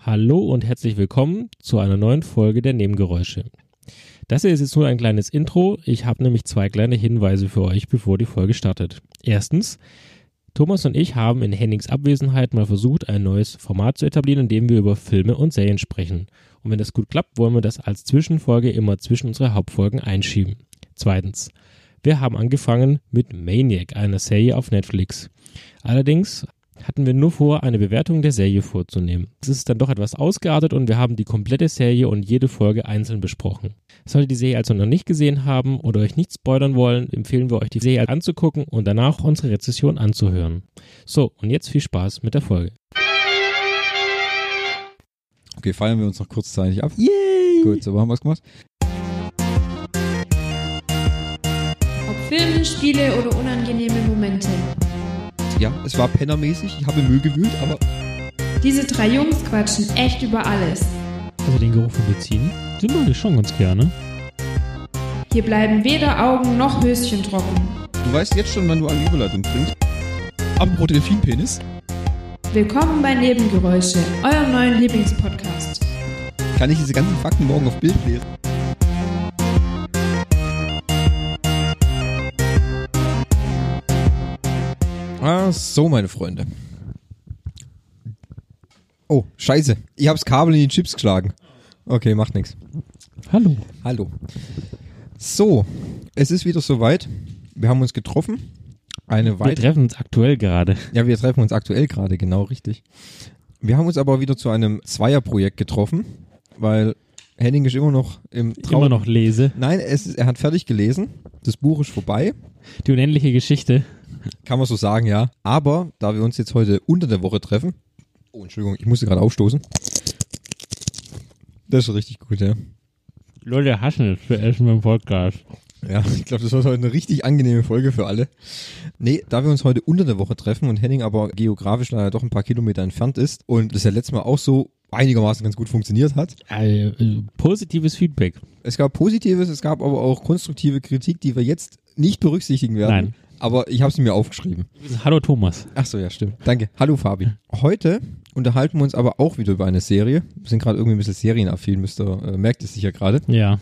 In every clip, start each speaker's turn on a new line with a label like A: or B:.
A: Hallo und herzlich willkommen zu einer neuen Folge der Nebengeräusche. Das hier ist jetzt nur ein kleines Intro. Ich habe nämlich zwei kleine Hinweise für euch, bevor die Folge startet. Erstens, Thomas und ich haben in Hennings Abwesenheit mal versucht, ein neues Format zu etablieren, in dem wir über Filme und Serien sprechen. Und wenn das gut klappt, wollen wir das als Zwischenfolge immer zwischen unsere Hauptfolgen einschieben. Zweitens, wir haben angefangen mit Maniac, einer Serie auf Netflix. Allerdings hatten wir nur vor, eine Bewertung der Serie vorzunehmen. Es ist dann doch etwas ausgeartet und wir haben die komplette Serie und jede Folge einzeln besprochen. Solltet ihr die Serie also noch nicht gesehen haben oder euch nicht spoilern wollen, empfehlen wir euch, die Serie anzugucken und danach unsere Rezession anzuhören. So, und jetzt viel Spaß mit der Folge.
B: Okay, feiern wir uns noch kurzzeitig ab. Yay! Gut, so haben wir es gemacht.
C: Ob Filme, Spiele oder unangenehme Momente.
B: Ja, es war pennermäßig, ich habe Müll gewühlt, aber
C: Diese drei Jungs quatschen echt über alles.
D: Also den Geruch von Benzin, den mag ich schon ganz gerne.
C: Hier bleiben weder Augen noch Höschen trocken.
B: du weißt jetzt schon, wann du eine Überleitung bringst. Apropos Delfinpenis,
C: Willkommen bei Nebengeräusche, eurem neuen Lieblingspodcast.
B: kann ich diese ganzen Fakten morgen auf Bild lesen? Ah, so, meine Freunde. Oh, scheiße. Ich hab's Kabel in die Chips geschlagen. Okay, macht nichts.
D: Hallo.
B: Hallo. So, es ist wieder soweit. Wir haben uns getroffen. Eine
A: Wir
B: weitere.
A: treffen uns aktuell gerade.
B: Ja, wir treffen uns aktuell gerade, genau richtig. Wir haben uns aber wieder zu einem Zweierprojekt getroffen, weil Henning ist immer noch im Trau
D: Immer noch lese.
B: Nein, es ist, er hat fertig gelesen. Das Buch ist vorbei.
A: Die unendliche Geschichte.
B: Kann man so sagen, ja. Aber da wir uns jetzt heute unter der Woche treffen. Oh, Entschuldigung, ich musste gerade aufstoßen. Das ist richtig gut, ja.
D: Leute hassen es für Essen beim Podcast.
B: Ja, ich glaube, das war heute eine richtig angenehme Folge für alle. Nee, da wir uns heute unter der Woche treffen und Henning aber geografisch leider doch ein paar Kilometer entfernt ist und das ja letztes Mal auch so einigermaßen ganz gut funktioniert hat.
A: Äh, äh, positives Feedback.
B: Es gab Positives, es gab aber auch konstruktive Kritik, die wir jetzt nicht berücksichtigen werden.
D: Nein.
B: Aber ich habe sie mir aufgeschrieben.
D: Hallo Thomas.
B: Ach so, ja, stimmt. Danke. Hallo Fabi. Heute unterhalten wir uns aber auch wieder über eine Serie. Wir sind gerade irgendwie ein bisschen serienaffin, Mister, äh, merkt es sicher gerade.
D: Ja,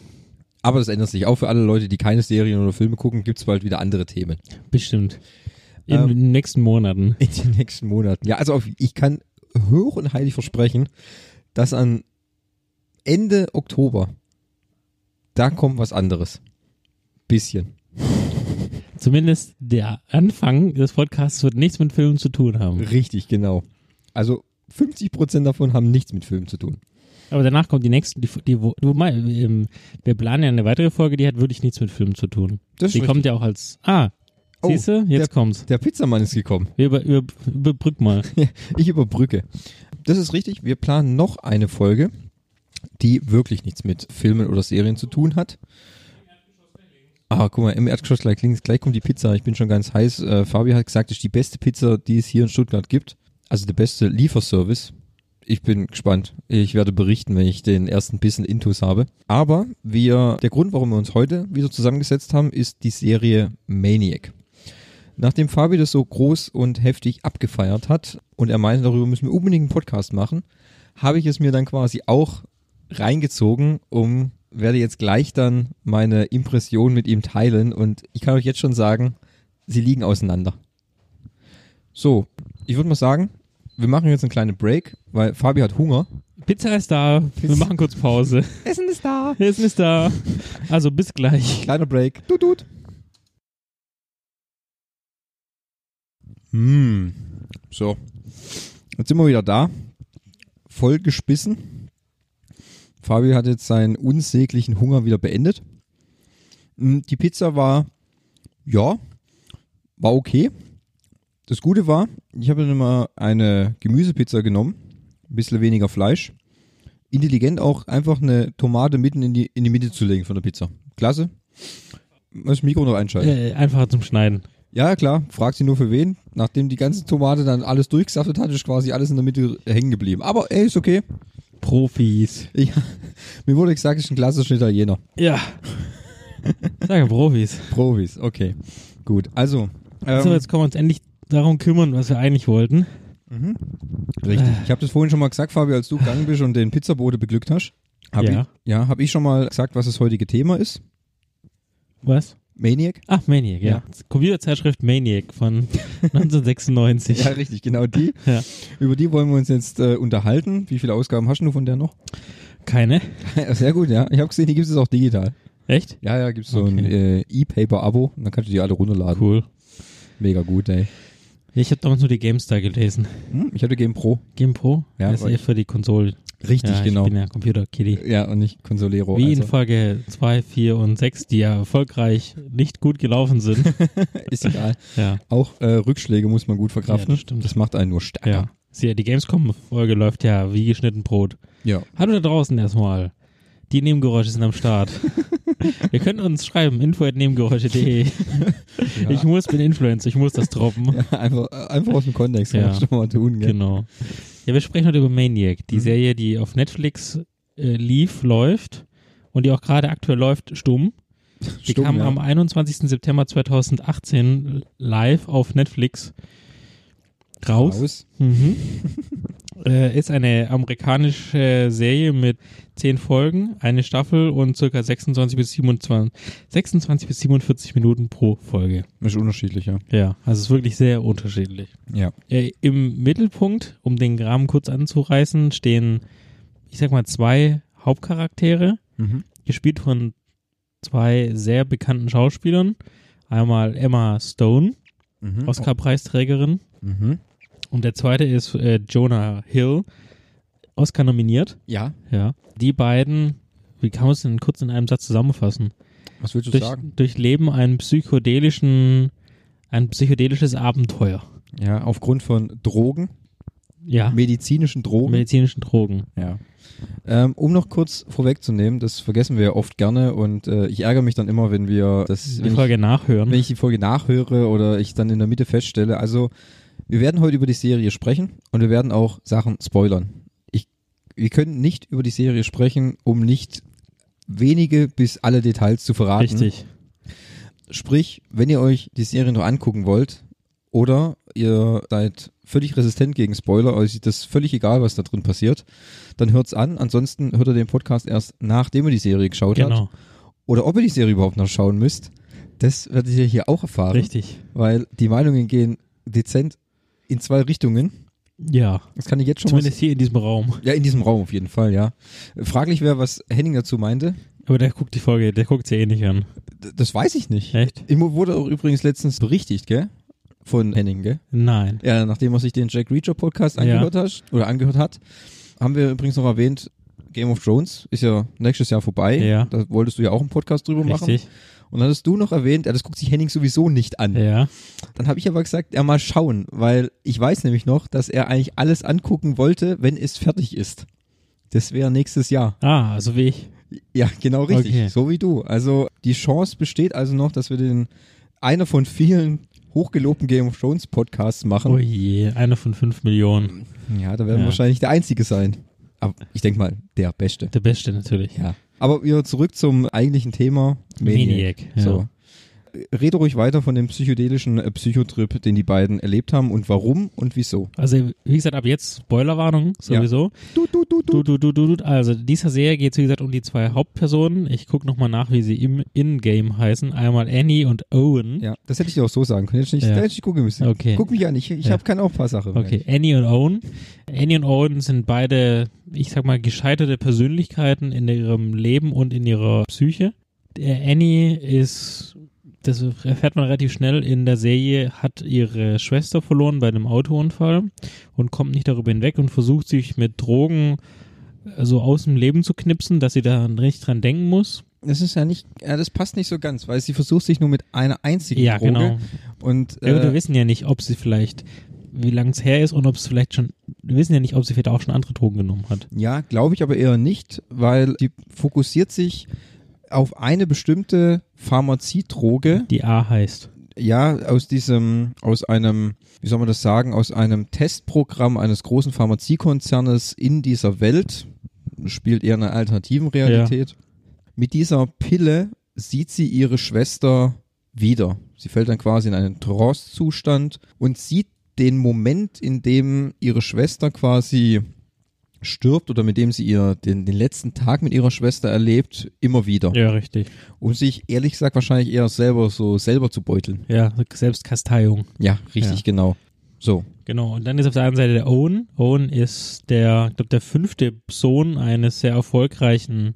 B: Aber das ändert sich. Auch für alle Leute, die keine Serien oder Filme gucken, gibt's bald wieder andere Themen.
A: Bestimmt. In
B: Ähm.
A: den nächsten Monaten.
B: In den nächsten Monaten. Ja, also auf, ich kann hoch und heilig versprechen, dass an Ende Oktober da kommt was anderes. Bisschen.
A: Zumindest der Anfang des Podcasts wird nichts mit Filmen zu tun haben.
B: Richtig, genau. Also 50% davon haben nichts mit Filmen zu tun.
A: Aber danach kommt die nächste, die, die wo- du mal, ähm, wir planen ja eine weitere Folge, die hat wirklich nichts mit Filmen zu tun.
B: Das
A: die kommt ja auch als, ah,
B: Oh,
A: siehst du, jetzt kommt's.
B: Der Pizzamann ist gekommen.
A: Wir über, über, überbrück mal.
B: Ich überbrücke. Das ist richtig. Wir planen noch eine Folge, die wirklich nichts mit Filmen oder Serien zu tun hat. Ah, guck mal, im Erdgeschoss gleich links, gleich kommt die Pizza. Ich bin schon ganz heiß. Äh, Fabi hat gesagt, das ist die beste Pizza, die es hier in Stuttgart gibt. Also der beste Lieferservice. Ich bin gespannt. Ich werde berichten, wenn ich den ersten Bissen Intus habe. Aber wir, der Grund, warum wir uns heute wieder zusammengesetzt haben, ist die Serie Maniac. Nachdem Fabi das so groß und heftig abgefeiert hat und er meinte, darüber müssen wir unbedingt einen Podcast machen, habe ich es mir dann quasi auch reingezogen, um werde jetzt gleich dann meine Impression mit ihm teilen und ich kann euch jetzt schon sagen, sie liegen auseinander. So, ich würde mal sagen, wir machen jetzt einen kleinen Break, weil Fabi hat Hunger.
A: Pizza ist da, wir machen kurz Pause.
B: Essen ist da.
A: Essen ist da. Also bis gleich.
B: Kleiner Break. Tut, tut. Hm. So. Jetzt sind wir wieder da. Voll gespissen. Fabi hat jetzt seinen unsäglichen Hunger wieder beendet. Hm, Die Pizza war, ja, war okay. Das Gute war, ich habe dann mal eine Gemüsepizza genommen. Ein bisschen weniger Fleisch intelligent auch einfach eine Tomate mitten in die, in die Mitte zu legen von der Pizza. Klasse. Das Mikro noch einschalten.
A: Äh, einfacher zum Schneiden.
B: Ja, klar. Fragt sie nur für wen. Nachdem die ganze Tomate dann alles durchgesaftet hat, ist quasi alles in der Mitte hängen geblieben. Aber ey, ist okay.
A: Profis.
B: Ich, mir wurde gesagt, ich bin ein klassischer Italiener.
A: Ja. Sage Profis.
B: Profis, okay. Gut, also.
A: So,
B: Ähm,
A: jetzt können wir uns endlich darum kümmern, was wir eigentlich wollten.
B: Richtig. Ich habe das vorhin schon mal gesagt, Fabi, als du gegangen bist und den Pizzabote beglückt hast. Hab
A: Ja.
B: Ich, ja, habe ich schon mal gesagt, was das heutige Thema ist.
A: Was?
B: Maniac.
A: Ach, Maniac, ja. Computerzeitschrift Maniac von 1996.
B: Ja, richtig, genau die.
A: Ja.
B: Über die wollen wir uns jetzt äh, unterhalten. Wie viele Ausgaben hast du von der noch?
A: Keine?
B: Sehr gut, ja. Ich habe gesehen, die gibt es auch digital.
A: Echt?
B: Ja, ja, gibt es so ein äh, E-Paper-Abo. und Dann kannst du die alle runterladen.
A: Cool.
B: Mega gut, ey.
A: Ich habe damals nur die GameStar gelesen.
B: Hm? Ich hatte Game Pro.
A: Game Pro?
B: Ja,
A: das ist
B: weil-
A: eher für die Konsole.
B: Richtig,
A: ja,
B: genau.
A: Ich bin ja Computer-Kitty.
B: Ja, und nicht Consolero.
A: Wie in
B: also,
A: Folge 2, 4 und 6, die ja erfolgreich nicht gut gelaufen sind.
B: ist egal.
A: ja.
B: Auch äh, Rückschläge muss man gut verkraften.
A: Ja, das stimmt.
B: Das macht einen nur
A: Ja.
B: stärker.
A: Sie, die Gamescom-Folge läuft ja wie geschnitten Brot.
B: Ja.
A: Hallo da draußen erstmal. Die Nebengeräusche sind am Start. Ihr könnt uns schreiben, info.nebengeräusche.de.
B: Ja.
A: Ich muss, bin Influencer, ich muss das droppen.
B: einfach, äh, einfach aus dem Kontext kann
A: Ja.
B: man schon mal tun. Gell?
A: Genau. Ja, wir sprechen heute über Maniac, die
B: Mhm.
A: Serie, die auf Netflix äh, lief, läuft und die auch gerade aktuell läuft, stumm. Die
B: Stumm,
A: kam
B: ja.
A: am 21. September 2018 live auf Netflix raus.
B: Raus.
A: Mhm. äh, ist eine amerikanische Serie mit zehn Folgen, eine Staffel und circa 26 bis 27, 26 bis 47 Minuten pro Folge.
B: Ist unterschiedlich, ja.
A: Ja, also es ist wirklich sehr unterschiedlich.
B: Ja.
A: Äh, Im Mittelpunkt, um den Rahmen kurz anzureißen, stehen, ich sag mal, zwei Hauptcharaktere,
B: Mhm.
A: gespielt von zwei sehr bekannten Schauspielern. Einmal Emma Stone,
B: Mhm.
A: Oscar-Preisträgerin,
B: Mhm.
A: und der zweite ist äh, Jonah Hill, Oscar nominiert.
B: Ja,
A: Ja. Die beiden, wie kann man es denn kurz in einem Satz zusammenfassen?
B: was würdest du
A: Durch,
B: sagen?
A: durchleben einen psychedelischen, ein psychedelisches Abenteuer.
B: Ja, aufgrund von Drogen,
A: Ja.
B: medizinischen Drogen.
A: Medizinischen Drogen.
B: ja. Ähm, um noch kurz vorwegzunehmen, das vergessen wir ja oft gerne und äh, ich ärgere mich dann immer, wenn wir das,
A: Die
B: wenn,
A: Folge
B: ich,
A: nachhören.
B: wenn ich die Folge nachhöre oder ich dann in der Mitte feststelle. Also, wir werden heute über die Serie sprechen und wir werden auch Sachen spoilern. Ich, wir können nicht über die Serie sprechen, um nicht wenige bis alle Details zu verraten.
A: Richtig.
B: Sprich, wenn ihr euch die Serie noch angucken wollt oder ihr seid völlig resistent gegen Spoiler, euch ist das völlig egal, was da drin passiert, dann hört's an. Ansonsten hört ihr den Podcast erst nachdem ihr die Serie geschaut habt.
A: Genau.
B: Oder ob ihr die Serie überhaupt noch schauen müsst, das werdet ihr hier auch erfahren.
A: Richtig.
B: Weil die Meinungen gehen dezent in zwei Richtungen.
A: Ja.
B: Das kann ich jetzt schon
A: Zumindest hier in diesem Raum.
B: mal Ja, in diesem Raum auf jeden Fall, ja. Fraglich wäre, was Henning dazu meinte.
A: Aber der guckt die Folge, der guckt sie eh nicht an.
B: D das weiß ich nicht.
A: Echt?
B: Ihm wurde auch übrigens letztens berichtigt, gell? Von Henning, gell?
A: Nein.
B: Ja, nachdem man sich den Jack Reacher Podcast
A: Ja.
B: angehört hat oder angehört hat, haben wir übrigens noch erwähnt, Game of Thrones ist ja nächstes Jahr vorbei.
A: Ja.
B: Da wolltest du ja auch einen Podcast drüber machen.
A: Richtig.
B: Und dann hast du noch erwähnt, ja, das guckt sich Henning sowieso nicht an.
A: Ja.
B: Dann habe ich aber gesagt, ja, mal schauen, weil ich weiß nämlich noch, dass er eigentlich alles angucken wollte, wenn es fertig ist. Das wäre nächstes Jahr.
A: Ah, so wie ich.
B: Ja, genau richtig.
A: Okay.
B: So wie du. Also die Chance besteht also noch, dass wir den einer von vielen hochgelobten Game of Thrones Podcasts machen.
A: Oh je, einer von fünf Millionen.
B: Ja, da werden wir
A: Ja.
B: wahrscheinlich der Einzige sein. Aber ich denke mal, der Beste.
A: Der Beste natürlich.
B: Ja. Aber wieder zurück zum eigentlichen Thema. Maniac.
A: ja.
B: So. Rede ruhig weiter von dem psychedelischen äh, Psychotrip, den die beiden erlebt haben und warum und wieso.
A: Also, wie gesagt, ab jetzt Spoilerwarnung sowieso.
B: Du, du, du, du.
A: Du, du, du, du, du. Also, in dieser Serie geht es, wie gesagt, um die zwei Hauptpersonen. Ich gucke nochmal nach, wie sie im In-Game heißen. Einmal Annie und Owen.
B: Ja, das hätte ich dir auch so sagen können. Hätte ich nicht,
A: Ja.
B: da hätte ich gucken müssen.
A: Okay.
B: Guck mich an, ich, ich
A: Ja.
B: habe keine Aufpasssache.
A: Okay, Annie und Owen. Annie und Owen sind beide, ich sag mal, gescheiterte Persönlichkeiten in ihrem Leben und in ihrer Psyche. Der Annie ist, das erfährt man relativ schnell in der Serie, hat ihre Schwester verloren bei einem Autounfall und kommt nicht darüber hinweg und versucht sich mit Drogen äh, so aus dem Leben zu knipsen, dass sie da nicht dran denken muss.
B: Das ist ja nicht, ja, das passt nicht so ganz, weil sie versucht sich nur mit einer einzigen
A: ja,
B: Droge.
A: genau.
B: Und
A: Ja, aber wir
B: äh,
A: wissen ja nicht, ob sie vielleicht, wie lange es her ist und ob es vielleicht schon, wir wissen ja nicht, ob sie vielleicht auch schon andere Drogen genommen hat.
B: Ja, glaube ich aber eher nicht, weil die fokussiert sich auf eine bestimmte Pharmaziedroge,
A: die A heißt.
B: ja, aus diesem, aus einem, wie soll man das sagen, aus einem Testprogramm eines großen Pharmaziekonzernes in dieser Welt, spielt eher eine alternativen Realität. Mit dieser Pille sieht sie ihre Schwester wieder. Sie fällt dann quasi in einen Trance-Zustand und sieht den Moment, in dem ihre Schwester quasi stirbt oder mit dem sie ihr den, den letzten Tag mit ihrer Schwester erlebt, immer wieder.
A: Ja, richtig.
B: Um sich ehrlich gesagt wahrscheinlich eher selber so selber zu beuteln.
A: Ja, Selbstkasteiung.
B: Ja, richtig,
A: Ja.
B: genau. So.
A: Genau. Und dann ist auf der anderen Seite der Owen. Owen ist der, ich glaube, der fünfte Sohn eines sehr erfolgreichen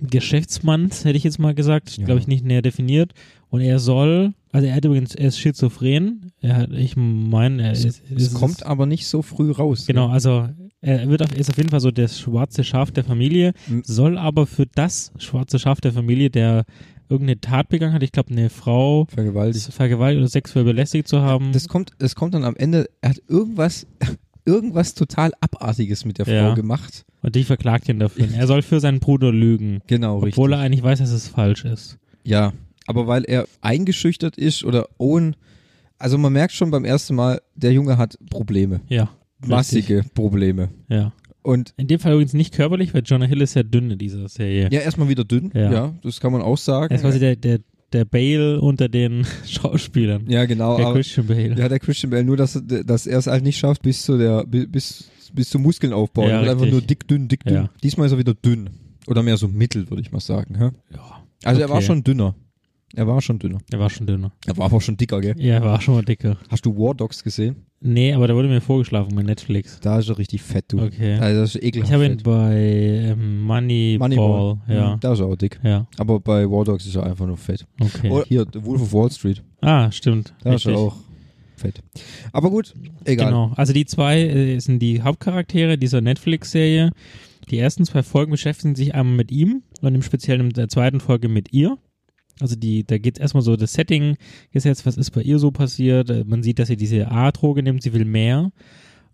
A: Geschäftsmanns, hätte ich jetzt mal gesagt.
B: Ja.
A: Glaube ich nicht näher definiert. Und er soll, also er hat übrigens, er ist schizophren. Er hat, ich meine, er
B: Es,
A: ist.
B: es
A: ist-
B: kommt aber nicht so früh raus. ne?
A: Genau, also er wird auf, ist auf jeden Fall so das schwarze Schaf der Familie,
B: Mhm.
A: soll aber für das schwarze Schaf der Familie, der irgendeine Tat begangen hat, ich glaube eine Frau
B: Vergewaltigt.
A: vergewaltigt oder sexuell belästigt zu haben.
B: Das kommt, es kommt dann am Ende, er hat irgendwas, irgendwas total Abartiges mit der Frau
A: Ja.
B: gemacht.
A: Und dich verklagt ihn dafür. Er soll für seinen Bruder lügen.
B: Genau,
A: obwohl er eigentlich weiß, dass es falsch ist.
B: Ja, aber weil er eingeschüchtert ist oder Owen, also man merkt schon beim ersten Mal, der Junge hat Probleme.
A: Ja.
B: Massige Probleme.
A: Ja.
B: Und
A: In dem Fall übrigens nicht körperlich, weil Jonah Hill ist sehr dünn in dieser Serie.
B: ja, erstmal wieder dünn. Ja.
A: Ja.
B: das kann man auch sagen.
A: Er ist quasi der, der, der Bale unter den Schauspielern.
B: ja, genau.
A: der
B: aber,
A: Christian Bale.
B: ja, der Christian Bell, nur dass, er- dass er es halt nicht schafft, bis zu der, bi- bis, bis zum Muskeln aufbauen.
A: Ja,
B: Er wird einfach
A: richtig.
B: nur dick, dünn, dick, dünn.
A: Ja.
B: Diesmal ist er wieder dünn. Oder mehr so mittel, würde ich mal sagen. hä?
A: Ja.
B: Also er war
A: Okay.
B: schon dünner. Er war schon dünner.
A: Er war schon dünner.
B: Er war aber auch schon dicker, gell?
A: Ja, er war schon mal dicker.
B: Hast du War Dogs gesehen?
A: Nee, aber da wurde mir vorgeschlagen bei Netflix.
B: Da ist er richtig fett, du.
A: Okay.
B: Also das ist ekelhaft.
A: Ich habe
B: fett.
A: ihn bei ähm, Moneyball.
B: Moneyball.
A: Ja.
B: Mhm, Da ist er auch dick.
A: Ja,
B: Aber bei War Dogs ist er einfach nur fett.
A: okay.
B: Oh, hier, The Wolf of Wall Street.
A: ah, stimmt.
B: Da ist er
A: Richtig.
B: auch fett. Aber gut, egal.
A: Genau. Also die zwei äh, sind die Hauptcharaktere dieser Netflix-Serie. Die ersten zwei Folgen beschäftigen sich einmal mit ihm und im Speziellen in der zweiten Folge mit ihr. Also die, da geht es erstmal so das Setting gesetzt, was ist bei ihr so passiert. Äh, Man sieht, dass sie diese A-Droge nimmt, sie will mehr.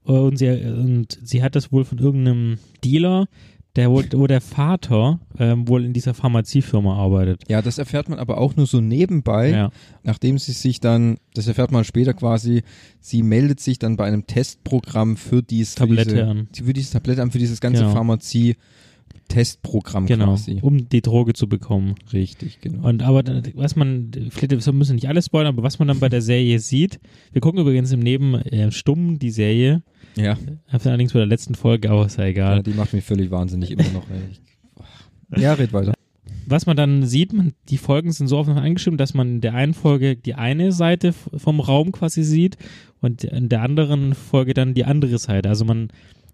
A: Äh, Und sie, und sie hat das wohl von irgendeinem Dealer, der wohl, wo der Vater ähm, wohl in dieser Pharmaziefirma arbeitet.
B: Ja, das erfährt man aber auch nur so nebenbei,
A: Ja,
B: nachdem sie sich dann, das erfährt man später quasi, sie meldet sich dann bei einem Testprogramm für dieses
A: Tablette
B: für diese,
A: an.
B: Für dieses Tablette an, für dieses ganze
A: Genau.
B: Pharmazie-Testprogramm
A: genau,
B: quasi.
A: um die Droge zu bekommen.
B: Richtig, genau.
A: Und aber dann, was man, vielleicht wir müssen nicht alles spoilern, aber was man dann bei der Serie sieht, wir gucken übrigens im Neben äh, stumm die Serie,
B: ja.
A: Hab's allerdings bei der letzten Folge, aber ist ja egal.
B: ja, die macht mich völlig wahnsinnig immer noch. Ey. Ich- Ja, red weiter.
A: Was man dann sieht, man, die Folgen sind so oft angeschrieben, dass man in der einen Folge die eine Seite f- vom Raum quasi sieht und in der anderen Folge dann die andere Seite. Also man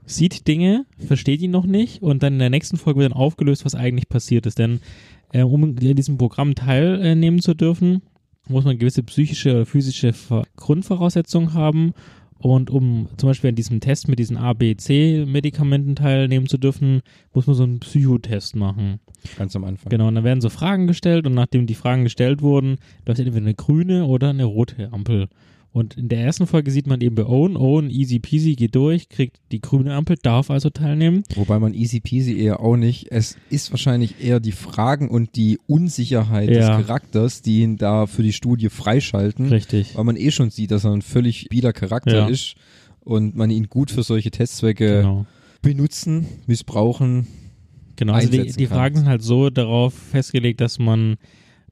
A: sieht Dinge, versteht die noch nicht und dann in der nächsten Folge wird dann aufgelöst, was eigentlich passiert ist. Denn äh, um in diesem Programm teilnehmen zu dürfen, muss man gewisse psychische oder physische Ver Grundvoraussetzungen haben. Und um zum Beispiel an diesem Test mit diesen ABC-Medikamenten teilnehmen zu dürfen, muss man so einen Psychotest machen.
B: Ganz am Anfang.
A: Genau, und dann werden so Fragen gestellt und nachdem die Fragen gestellt wurden, läuft entweder eine grüne oder eine rote Ampel. Und in der ersten Folge sieht man eben bei Owen, Owen easy peasy geht durch, kriegt die grüne Ampel, darf also teilnehmen.
B: Wobei man easy peasy eher auch nicht. Es ist wahrscheinlich eher die Fragen und die Unsicherheit des
A: Ja.
B: Charakters, die ihn da für die Studie freischalten.
A: Richtig.
B: Weil man eh schon sieht, dass er ein völlig bieder Charakter
A: Ja.
B: ist und man ihn gut für solche Testzwecke
A: Genau.
B: benutzen, missbrauchen.
A: Genau, also die,
B: einsetzen
A: die
B: kann.
A: Fragen sind halt so darauf festgelegt, dass man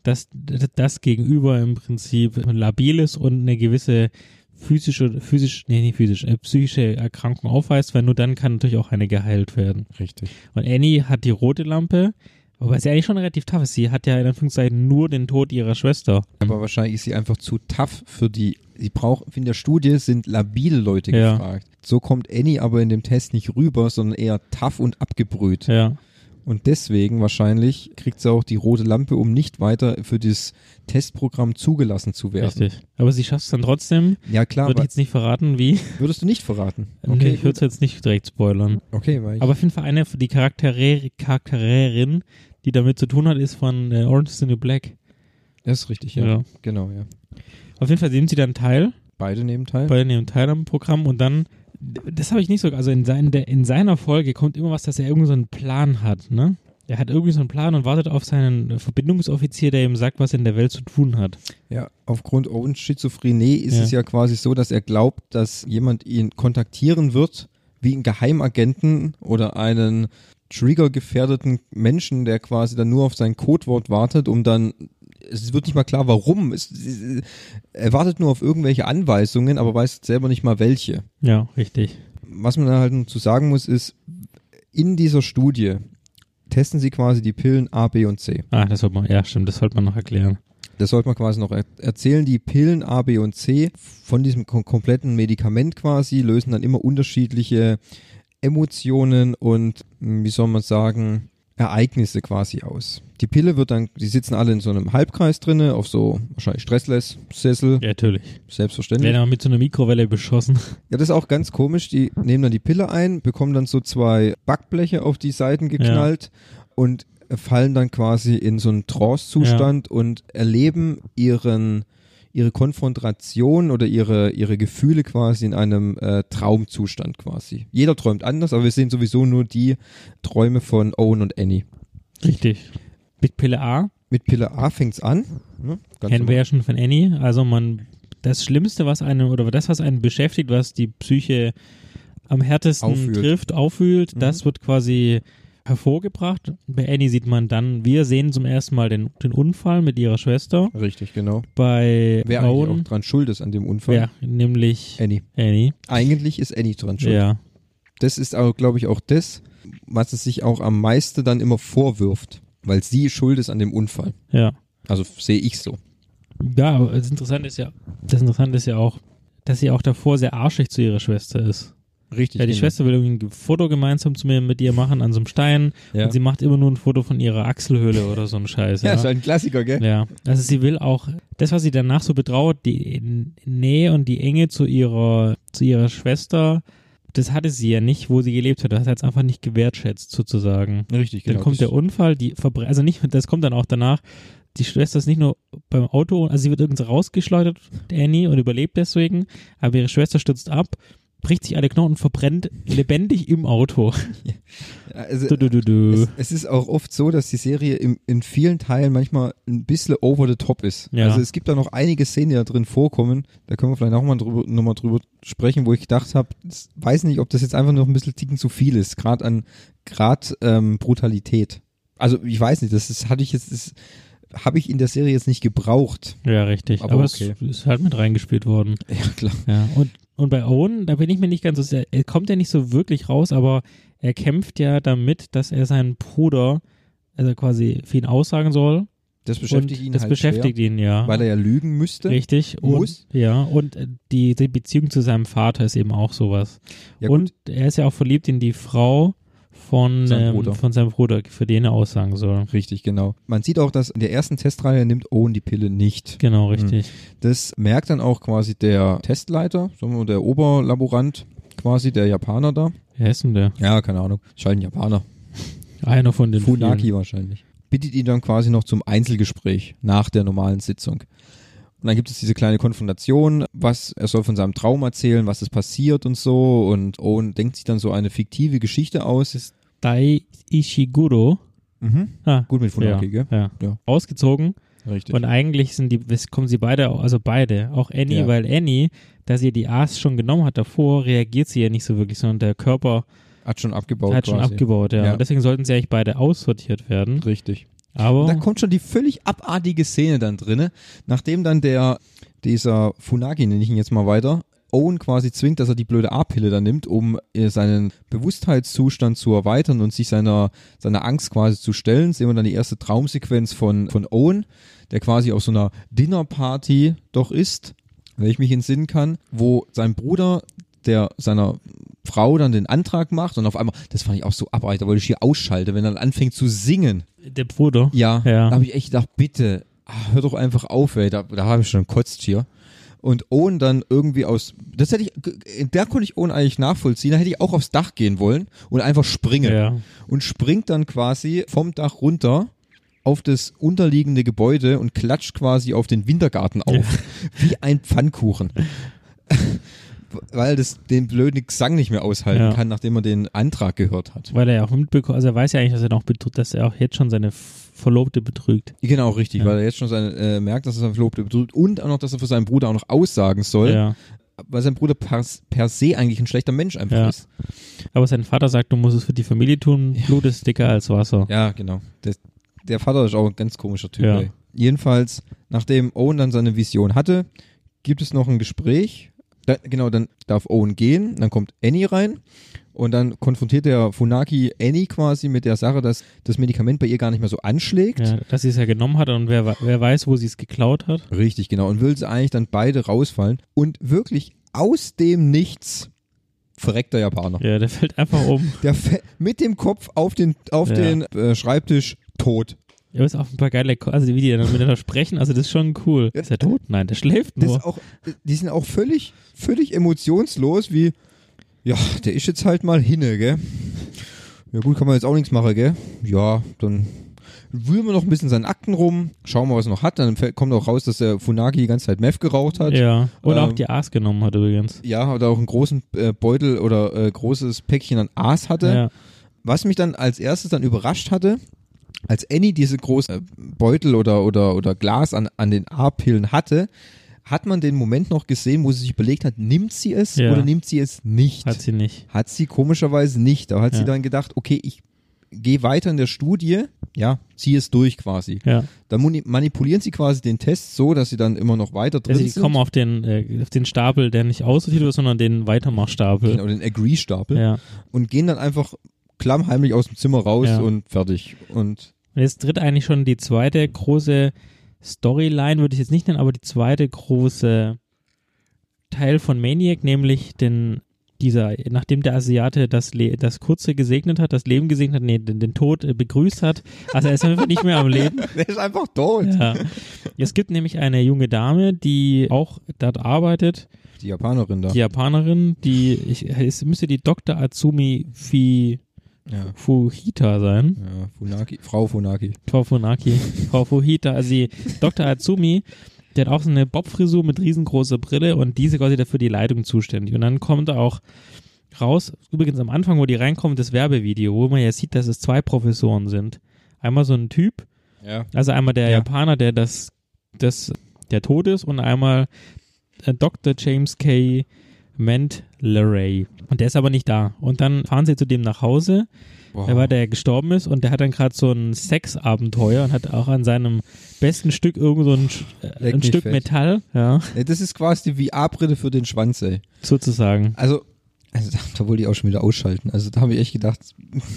A: das, das Gegenüber im Prinzip labil ist und eine gewisse physische, physisch, nee, nicht physisch, äh, psychische Erkrankung aufweist, weil nur dann kann natürlich auch eine geheilt werden.
B: Richtig.
A: Und Annie hat die rote Lampe, wobei sie eigentlich schon relativ tough ist. Sie hat ja in Anführungszeichen nur den Tod ihrer Schwester.
B: Aber wahrscheinlich ist sie einfach zu tough für die. Sie braucht, in der Studie sind labile Leute
A: Ja.
B: gefragt. So kommt Annie aber in dem Test nicht rüber, sondern eher tough und abgebrüht.
A: Ja,
B: Und deswegen wahrscheinlich kriegt sie auch die rote Lampe, um nicht weiter für dieses Testprogramm zugelassen zu werden.
A: richtig. Aber sie schafft es dann trotzdem.
B: Ja klar,
A: Würde
B: aber
A: ich jetzt nicht verraten, wie.
B: würdest du nicht verraten?
A: nee, ich
B: gut.
A: würde es jetzt nicht direkt spoilern.
B: okay weil ich,
A: Aber auf jeden Fall eine die Charaktere, Charakterin, die damit zu tun hat, ist von äh, Orange is the New Black.
B: das ist richtig, ja.
A: Ja.
B: Genau, ja.
A: Auf jeden Fall nehmen sie dann teil.
B: Beide nehmen teil.
A: Beide nehmen teil am Programm und dann, das habe ich nicht so, also in, sein, der, in seiner Folge kommt immer was, dass er irgendwie so einen Plan hat, ne? Er hat irgendwie so einen Plan und wartet auf seinen Verbindungsoffizier, der ihm sagt, was er in der Welt zu tun hat.
B: Ja, aufgrund Owens Schizophrenie ist
A: Ja.
B: es ja quasi so, dass er glaubt, dass jemand ihn kontaktieren wird, wie einen Geheimagenten oder einen triggergefährdeten Menschen, der quasi dann nur auf sein Codewort wartet, um dann es wird nicht mal klar, warum. Es, es, er wartet nur auf irgendwelche Anweisungen, aber weiß selber nicht mal welche.
A: Ja, richtig.
B: Was man da halt noch zu sagen muss, ist, in dieser Studie testen sie quasi die Pillen A, B und C.
A: Ah, das sollte man, ja, stimmt, das sollte man noch erklären.
B: Das sollte man quasi noch er erzählen. Die Pillen A, B und C von diesem kom kompletten Medikament quasi lösen dann immer unterschiedliche Emotionen und, mh, wie soll man sagen, Ereignisse quasi aus. Die Pille wird dann, die sitzen alle in so einem Halbkreis drinne, auf so wahrscheinlich Stressless-Sessel,
A: Ja, natürlich.
B: selbstverständlich.
A: Werden aber mit so einer Mikrowelle beschossen.
B: Ja, das ist auch ganz komisch. Die nehmen dann die Pille ein, bekommen dann so zwei Backbleche auf die Seiten geknallt und äh, fallen dann quasi in so einen Trance-Zustand und erleben ihren, ihre Konfrontation oder ihre, ihre Gefühle quasi in einem äh, Traumzustand quasi. Jeder träumt anders, aber wir sehen sowieso nur die Träume von Owen und Annie.
A: Richtig. Mit Pille A,
B: Mit Pille A fängt's an. Ne? Ganz normal.
A: Handversion von Annie. Also man, das Schlimmste, was einen, oder das, was einen beschäftigt, was die Psyche am härtesten
B: Aufwühlt.
A: trifft, aufwühlt,
B: Mhm.
A: das wird quasi hervorgebracht. Bei Annie sieht man dann, wir sehen zum ersten Mal den, den Unfall mit ihrer Schwester.
B: Richtig, genau.
A: Bei
B: Wer eigentlich auch
A: Owen,
B: dran schuld ist an dem Unfall?
A: wer, nämlich
B: Annie.
A: Annie.
B: Eigentlich ist Annie dran schuld.
A: Ja,
B: das ist auch, glaube ich, auch das, was es sich auch am meisten dann immer vorwirft, weil sie schuld ist an dem Unfall.
A: ja.
B: Also f- sehe ich so.
A: Ja, aber das Interessante ist ja, das Interessante ist ja auch, dass sie auch davor sehr arschig zu ihrer Schwester ist.
B: Richtig.
A: ja, die Schwester will irgendwie ein Foto gemeinsam zu mir mit ihr machen an so einem Stein
B: Ja,
A: und sie macht immer nur ein Foto von ihrer Achselhöhle oder so ein Scheiß.
B: ja
A: Ja,
B: ist halt ein Klassiker, gell?
A: ja. Also sie will auch das, was sie danach so betrauert, die N- Nähe und die Enge zu ihrer zu ihrer Schwester, das hatte sie ja nicht, wo sie gelebt hat. Das hat sie jetzt einfach nicht gewertschätzt sozusagen.
B: Richtig,
A: Dann kommt der Unfall, die Verbre also nicht, das kommt dann auch danach. Die Schwester ist nicht nur beim Auto, also sie wird irgendwie rausgeschleudert, Annie, und überlebt deswegen, aber ihre Schwester stürzt ab, bricht sich alle Knochen und verbrennt lebendig im Auto.
B: also,
A: Du, du, du, du.
B: Äh, es, es ist auch oft so, dass die Serie im, in vielen Teilen manchmal ein bisschen over the top ist.
A: Ja.
B: Also es gibt da noch einige Szenen, die da drin vorkommen. Da können wir vielleicht auch mal drüber, nochmal drüber sprechen, wo ich gedacht habe, das- weiß nicht, ob das jetzt einfach noch ein bisschen ticken zu viel ist, gerade an Grad ähm, Brutalität. Also ich weiß nicht, das ist, hatte ich jetzt, das habe ich in der Serie jetzt nicht gebraucht.
A: Ja, richtig.
B: Aber
A: Aber,
B: okay.
A: es ist halt mit reingespielt worden.
B: Ja, klar.
A: Ja. Und, und bei Owen, da bin ich mir nicht ganz so sicher, er kommt ja nicht so wirklich raus, aber er kämpft ja damit, dass er seinen Bruder, also quasi für ihn aussagen soll.
B: Das beschäftigt
A: und
B: ihn
A: das
B: halt
A: beschäftigt ihn, ja.
B: schwer, weil er ja lügen müsste.
A: Richtig.
B: Muss.
A: Und, ja, und äh, die, die Beziehung zu seinem Vater ist eben auch sowas.
B: Ja, gut.
A: und er ist ja auch verliebt in die Frau von,
B: Sein
A: ähm,
B: Bruder.
A: von seinem Bruder, für den er aussagen soll.
B: Richtig, genau. Man sieht auch, dass in der ersten Testreihe nimmt Owen die Pille nicht.
A: Genau,
B: Hm.
A: richtig.
B: Das merkt dann auch quasi der Testleiter, sagen wir mal, der Oberlaborant, quasi der Japaner da.
A: Wer ist denn der?
B: Ja, keine Ahnung. Scheint ein Japaner.
A: Einer von den
B: Funaki
A: vielen.
B: wahrscheinlich. Bittet ihn dann quasi noch zum Einzelgespräch nach der normalen Sitzung. Und dann gibt es diese kleine Konfrontation, was er soll von seinem Traum erzählen, was ist passiert und so. Und Owen denkt sich dann so eine fiktive Geschichte aus.
A: ist Dai Ishiguro.
B: Mhm.
A: Ah,
B: Gut mit
A: ja,
B: Funaki, gell?
A: ja.
B: Ja.
A: Ausgezogen.
B: Richtig.
A: Und eigentlich sind die, es kommen sie beide, also beide, auch Annie,
B: Ja.
A: weil Annie, dass ihr die A's schon genommen hat davor, reagiert sie ja nicht so wirklich, sondern der Körper
B: Hat schon abgebaut
A: hat schon
B: Oh, quasi.
A: abgebaut, ja.
B: Ja.
A: Und deswegen sollten sie eigentlich beide aussortiert werden.
B: Richtig. Und da
A: Aber
B: kommt schon die völlig abartige Szene dann drinne, nachdem dann der, dieser Funagi, nenne ich ihn jetzt mal weiter, Owen quasi zwingt, dass er die blöde A-Pille dann nimmt, um äh, seinen Bewusstheitszustand zu erweitern und sich seiner, seiner Angst quasi zu stellen, sehen wir dann die erste Traumsequenz von, von Owen, der quasi auf so einer Dinnerparty doch ist, wenn ich mich entsinnen kann, wo sein Bruder, der seiner Frau dann den Antrag macht und auf einmal, das fand ich auch so abartig, da wollte ich hier ausschalten, wenn er dann anfängt zu singen.
A: der Bruder,
B: Ja,
A: Ja.
B: da habe ich echt gedacht, bitte, ah, hör doch einfach auf, ey, da, da habe ich schon gekotzt hier. Und Owen dann irgendwie aus, das hätte ich, da konnte ich Owen eigentlich nachvollziehen, da hätte ich auch aufs Dach gehen wollen und einfach springen.
A: ja.
B: Und springt dann quasi vom Dach runter auf das unterliegende Gebäude und klatscht quasi auf den Wintergarten auf. Wie ein Pfannkuchen. Weil das den blöden Gesang nicht mehr aushalten
A: Ja.
B: kann, nachdem er den Antrag gehört hat.
A: Weil er ja auch mitbekommt, also er weiß ja eigentlich, dass er noch betr- dass er auch jetzt schon seine F- Verlobte betrügt.
B: Genau, richtig,
A: Ja.
B: weil er jetzt schon seine, äh, merkt, dass er seinen Verlobten betrügt und auch noch, dass er für seinen Bruder auch noch aussagen soll,
A: Ja.
B: weil sein Bruder per, per se eigentlich ein schlechter Mensch einfach
A: Ja.
B: ist.
A: Aber sein Vater sagt, du musst es für die Familie tun, Blut ist dicker als Wasser.
B: Ja, genau. Der, der Vater ist auch ein ganz komischer Typ.
A: Ja.
B: Ey. Jedenfalls, nachdem Owen dann seine Vision hatte, gibt es noch ein Gespräch. Da, genau, dann darf Owen gehen, dann kommt Annie rein und dann konfrontiert der Funaki Annie quasi mit der Sache, dass das Medikament bei ihr gar nicht mehr so anschlägt.
A: Ja, dass sie es ja genommen hat und wer, we- wer weiß, wo sie es geklaut hat.
B: Richtig, genau. Und will sie eigentlich dann beide rausfallen. Und wirklich aus dem Nichts verreckt der Japaner.
A: Ja, der fällt einfach um.
B: Der fä- mit dem Kopf auf den, auf
A: Ja.
B: den äh, Schreibtisch tot.
A: Ja, ist auch ein paar geile, Ko- also wie die dann miteinander sprechen, also das ist schon cool.
B: Ja.
A: Ist er tot? Nein, der schläft
B: Das
A: nur.
B: ist auch, die sind auch völlig, völlig emotionslos, wie, ja, der ist jetzt halt mal hinne, gell? Ja gut, kann man jetzt auch nichts machen, gell? Ja, dann wühlen wir noch ein bisschen seinen Akten rum, schauen mal, was er noch hat. Dann fällt- kommt auch raus, dass der Funaki die ganze Zeit Meth geraucht hat.
A: Ja, und auch
B: Ähm,
A: die Aas genommen hat übrigens.
B: Ja, oder auch einen großen äh, Beutel oder äh, großes Päckchen an Aas hatte.
A: Ja,
B: Was mich dann als erstes dann überrascht hatte, als Annie diese großen äh, Beutel oder, oder, oder Glas an, an den A-Pillen hatte, hat man den Moment noch gesehen, wo sie sich überlegt hat, nimmt sie es
A: Ja.
B: oder nimmt sie es nicht?
A: hat sie nicht.
B: Hat sie komischerweise nicht. Da hat
A: Ja.
B: sie dann gedacht, okay, ich gehe weiter in der Studie, ja, ziehe es durch quasi.
A: Ja,
B: Dann muni- manipulieren sie quasi den Test so, dass sie dann immer noch weiter drin
A: also die
B: sind.
A: kommen auf den, äh, auf den Stapel, der nicht aussortiert wird, sondern den Weitermachstapel.
B: Genau, den Agree-Stapel.
A: Ja.
B: und gehen dann einfach klammheimlich aus dem Zimmer raus
A: Ja.
B: und fertig. Und
A: Und jetzt tritt eigentlich schon die zweite große Storyline, würde ich jetzt nicht nennen, aber die zweite große Teil von Maniac, nämlich den dieser, nachdem der Asiate das, Le das Kurze gesegnet hat, das Leben gesegnet hat, nee, den, den Tod äh, begrüßt hat, also er ist auf jeden Fall nicht mehr am Leben.
B: der ist einfach tot.
A: Ja. Es gibt nämlich eine junge Dame, die auch dort arbeitet,
B: Die Japanerin da.
A: die Japanerin, die, ich, es müsste die Dr. Atsumi Fi
B: Ja.
A: Fuhita sein.
B: Ja, Funaki, Frau Funaki.
A: Frau Funaki, Frau Fuhita, also die Dr. Azumi, der hat auch so eine Bobfrisur mit riesengroßer Brille und diese quasi dafür die Leitung zuständig. Und dann kommt auch raus, übrigens am Anfang, wo die reinkommen, das Werbevideo, wo man ja sieht, dass es zwei Professoren sind. Einmal so ein Typ,
B: Ja.
A: also einmal der
B: Ja.
A: Japaner, der das, das, der tot ist und einmal äh, Dr. James K. Mentleray. Und der ist aber nicht da. Und dann fahren sie zu dem nach Hause
B: Wow.
A: er war der, der gestorben ist und der hat dann gerade so ein Sexabenteuer und hat auch an seinem besten Stück irgend so ein, Sch- äh,
B: Leck
A: ein
B: mich
A: Stück
B: fett.
A: Metall, ja,
B: Ja, das ist quasi die VR-Brille für den Schwanz, ey.
A: sozusagen.
B: Also, also da, da wollte ich auch schon wieder ausschalten. Also da habe ich echt gedacht,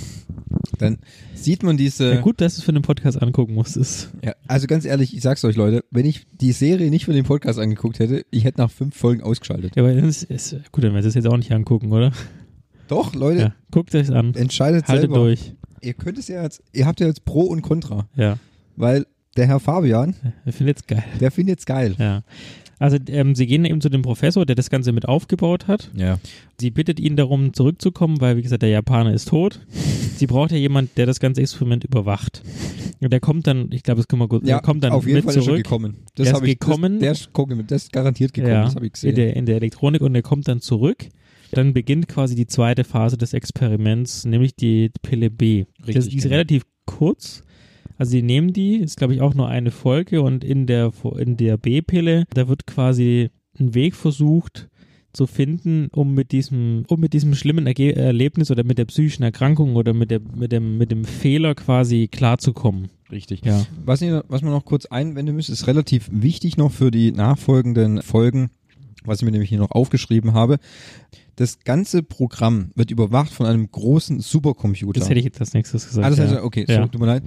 B: dann sieht man diese.
A: Ja, gut, dass du es für den Podcast angucken musstest.
B: Ja, also ganz ehrlich, ich sag's euch, Leute, wenn ich die Serie nicht für den Podcast angeguckt hätte, ich hätte nach fünf Folgen ausgeschaltet.
A: Ja, aber dann ist, ist, gut, dann werden wir es jetzt auch nicht angucken, oder?
B: Doch, Leute,
A: Ja, guckt euch an.
B: entscheidet
A: Haltet
B: selber.
A: durch.
B: Ihr könnt es ja jetzt, ihr habt ja jetzt Pro und Contra,
A: Ja,
B: weil der Herr Fabian,
A: ich finde es geil.
B: der findet es geil.
A: Ja. Also ähm, sie gehen eben zu dem Professor, der das Ganze mit aufgebaut hat.
B: Ja.
A: Sie bittet ihn darum, zurückzukommen, weil, wie gesagt, der Japaner ist tot. Sie braucht ja jemand, der das ganze Experiment überwacht. Und der kommt dann, ich glaube, das können wir gut, der kommt dann
B: auf jeden
A: mit
B: Fall ist er
A: zurück.
B: gekommen.
A: Er ist
B: hab ich,
A: gekommen.
B: Das, der ist gekommen, das ist garantiert gekommen,
A: ja,
B: das habe ich
A: in,
B: gesehen.
A: der, in der Elektronik und der kommt dann zurück. Dann beginnt quasi die zweite Phase des Experiments, nämlich die Pille B. das
B: Richtig,
A: die ist
B: genau.
A: relativ kurz. Also sie nehmen die, ist glaube ich auch nur eine Folge und in der, in der B-Pille, da wird quasi ein Weg versucht zu finden, um mit diesem, um mit diesem schlimmen Erge Erlebnis oder mit der psychischen Erkrankung oder mit, der, mit, dem, mit dem Fehler quasi klarzukommen.
B: Richtig.
A: Ja.
B: Was, ihr, was man noch kurz einwenden müsst, ist relativ wichtig noch für die nachfolgenden Folgen, was ich mir nämlich hier noch aufgeschrieben habe. Das ganze Programm wird überwacht von einem großen Supercomputer.
A: Das hätte ich jetzt als nächstes gesagt.
B: ah, das
A: ja.
B: heißt, okay,
A: Ja.
B: so, tut mir leid.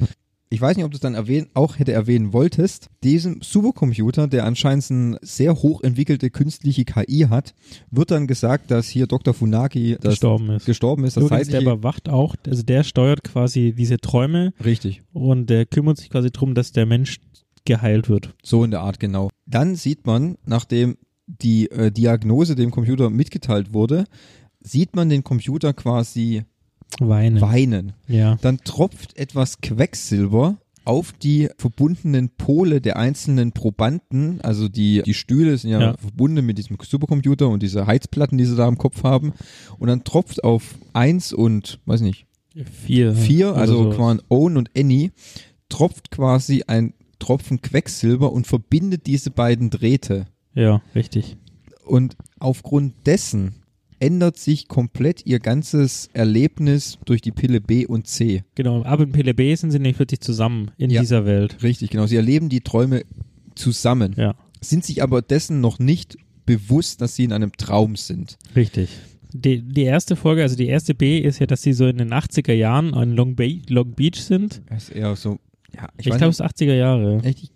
B: Ich weiß nicht, ob du es dann erwähnen, auch hätte erwähnen wolltest. Diesem Supercomputer, der anscheinend eine sehr hochentwickelte künstliche KI hat, wird dann gesagt, dass hier Dr. Funaki das
A: gestorben ist.
B: gestorben ist. Das
A: Übrigens, der
B: zeitliche-
A: überwacht auch, also der steuert quasi diese Träume
B: Richtig.
A: und der kümmert sich quasi darum, dass der Mensch geheilt wird.
B: So in der Art, genau. Dann sieht man, nachdem die äh, Diagnose dem Computer mitgeteilt wurde, sieht man den Computer quasi
A: Weinen.
B: weinen.
A: ja.
B: Dann tropft etwas Quecksilber auf die verbundenen Pole der einzelnen Probanden, also die, die Stühle sind ja,
A: Ja.
B: verbunden mit diesem Supercomputer und diese Heizplatten, die sie da im Kopf haben. Und dann tropft auf eins und, weiß nicht,
A: Vier.
B: vier,
A: Oder
B: also
A: sowas.
B: quasi Owen und Annie, tropft quasi ein Tropfen Quecksilber und verbindet diese beiden Drähte.
A: Ja, richtig.
B: Und aufgrund dessen ändert sich komplett ihr ganzes Erlebnis durch die Pille B und C.
A: Genau, ab in PLB sind sie nämlich plötzlich zusammen in
B: Ja.
A: dieser Welt.
B: Richtig, genau. Sie erleben die Träume zusammen,
A: Ja,
B: sind sich aber dessen noch nicht bewusst, dass sie in einem Traum sind.
A: richtig. Die, die erste Folge, also die erste B ist ja, dass sie so in den 80er Jahren an Long, Bay, Long Beach sind.
B: Das ist eher so. Ja,
A: Ich, Äh. glaube, es ist 80er Jahre.
B: echt, ich,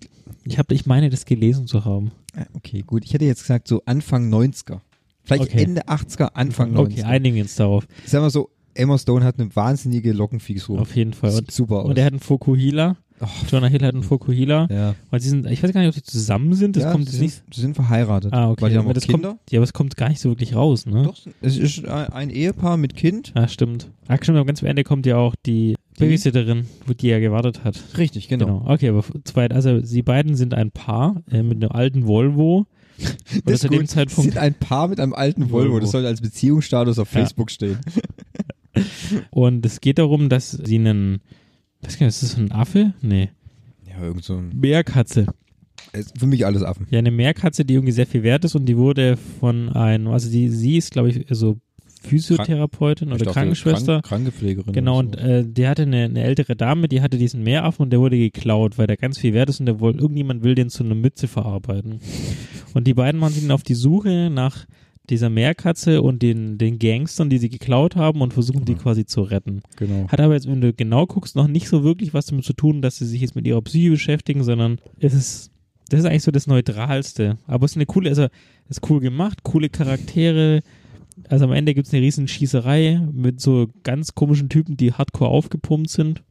A: Ich, hab, ich meine, das gelesen zu haben.
B: ah, okay, gut. Ich hätte jetzt gesagt, so Anfang 90er. Vielleicht
A: Okay.
B: Ende 80er, Anfang 90er.
A: Okay, einigen wir uns darauf.
B: Sagen wir so, Emma Stone hat eine wahnsinnige Lockenfrisur.
A: Auf jeden Fall.
B: Sieht
A: Und,
B: super aus.
A: und er hat einen Fokuhila.
B: Ach,
A: Jonah Hill hat einen Fokuhila.
B: ja.
A: Und sie sind, ich weiß gar nicht, ob sie zusammen sind. Das
B: ja,
A: kommt
B: sie
A: jetzt
B: sind,
A: nicht.
B: Sie sind verheiratet.
A: Ah, okay.
B: Weil die haben
A: Aber
B: auch
A: das
B: Kinder.
A: Kommt, ja, aber es kommt gar nicht so wirklich raus, ne?
B: Doch, es ist ein ein Ehepaar mit Kind.
A: Ja, stimmt. Ach, stimmt, aber ganz am Ende kommt ja auch die,
B: Die?
A: Babysitterin, wo die ja gewartet hat.
B: Richtig,
A: Genau. Okay, aber zwei, also sie beiden sind ein Paar äh, mit einem alten Volvo. Und
B: Das
A: zu
B: ist
A: dem
B: gut. Sie
A: Zeitpunkt
B: sind ein Paar mit einem alten Volvo.
A: Volvo.
B: Das sollte als Beziehungsstatus auf
A: Ja.
B: Facebook stehen.
A: und es geht darum, dass sie einen, weiß gar nicht, ist das ein Affe? Nee,
B: Ja, irgend so ein.
A: Meerkatze.
B: Ist für mich alles Affen.
A: Ja, eine Meerkatze, die irgendwie sehr viel wert ist und die wurde von einem, also die, sie ist, glaube ich, so Physiotherapeutin
B: Ich
A: oder
B: dachte,
A: Krankenschwester.
B: Krank- Krankenpflegerin.
A: Genau,
B: oder
A: und äh, die hatte eine, eine ältere Dame, die hatte diesen Meeraffen und der wurde geklaut, weil der ganz viel wert ist und der wollte, irgendjemand will den zu einer Mütze verarbeiten. Und die beiden waren dann auf die Suche nach dieser Meerkatze und den, den Gangstern, die sie geklaut haben und versuchen, die quasi zu retten.
B: so. genau.
A: Hat aber jetzt, wenn du genau guckst, noch nicht so wirklich was damit zu tun, dass sie sich jetzt mit ihrer Psyche beschäftigen, sondern es ist, das ist eigentlich so das Neutralste. Aber es ist eine coole, also es ist cool gemacht, coole Charaktere. Also am Ende gibt es eine riesen Schießerei mit so ganz komischen Typen, die hardcore aufgepumpt sind.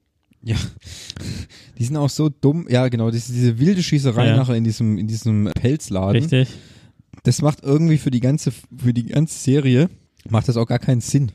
B: Die sind auch so dumm. Ja, genau. Das ist diese wilde Schießerei
A: Ja.
B: nachher in diesem, in diesem Pelzladen.
A: Richtig.
B: Das macht irgendwie für die ganze, für die ganze Serie, macht das auch gar keinen Sinn.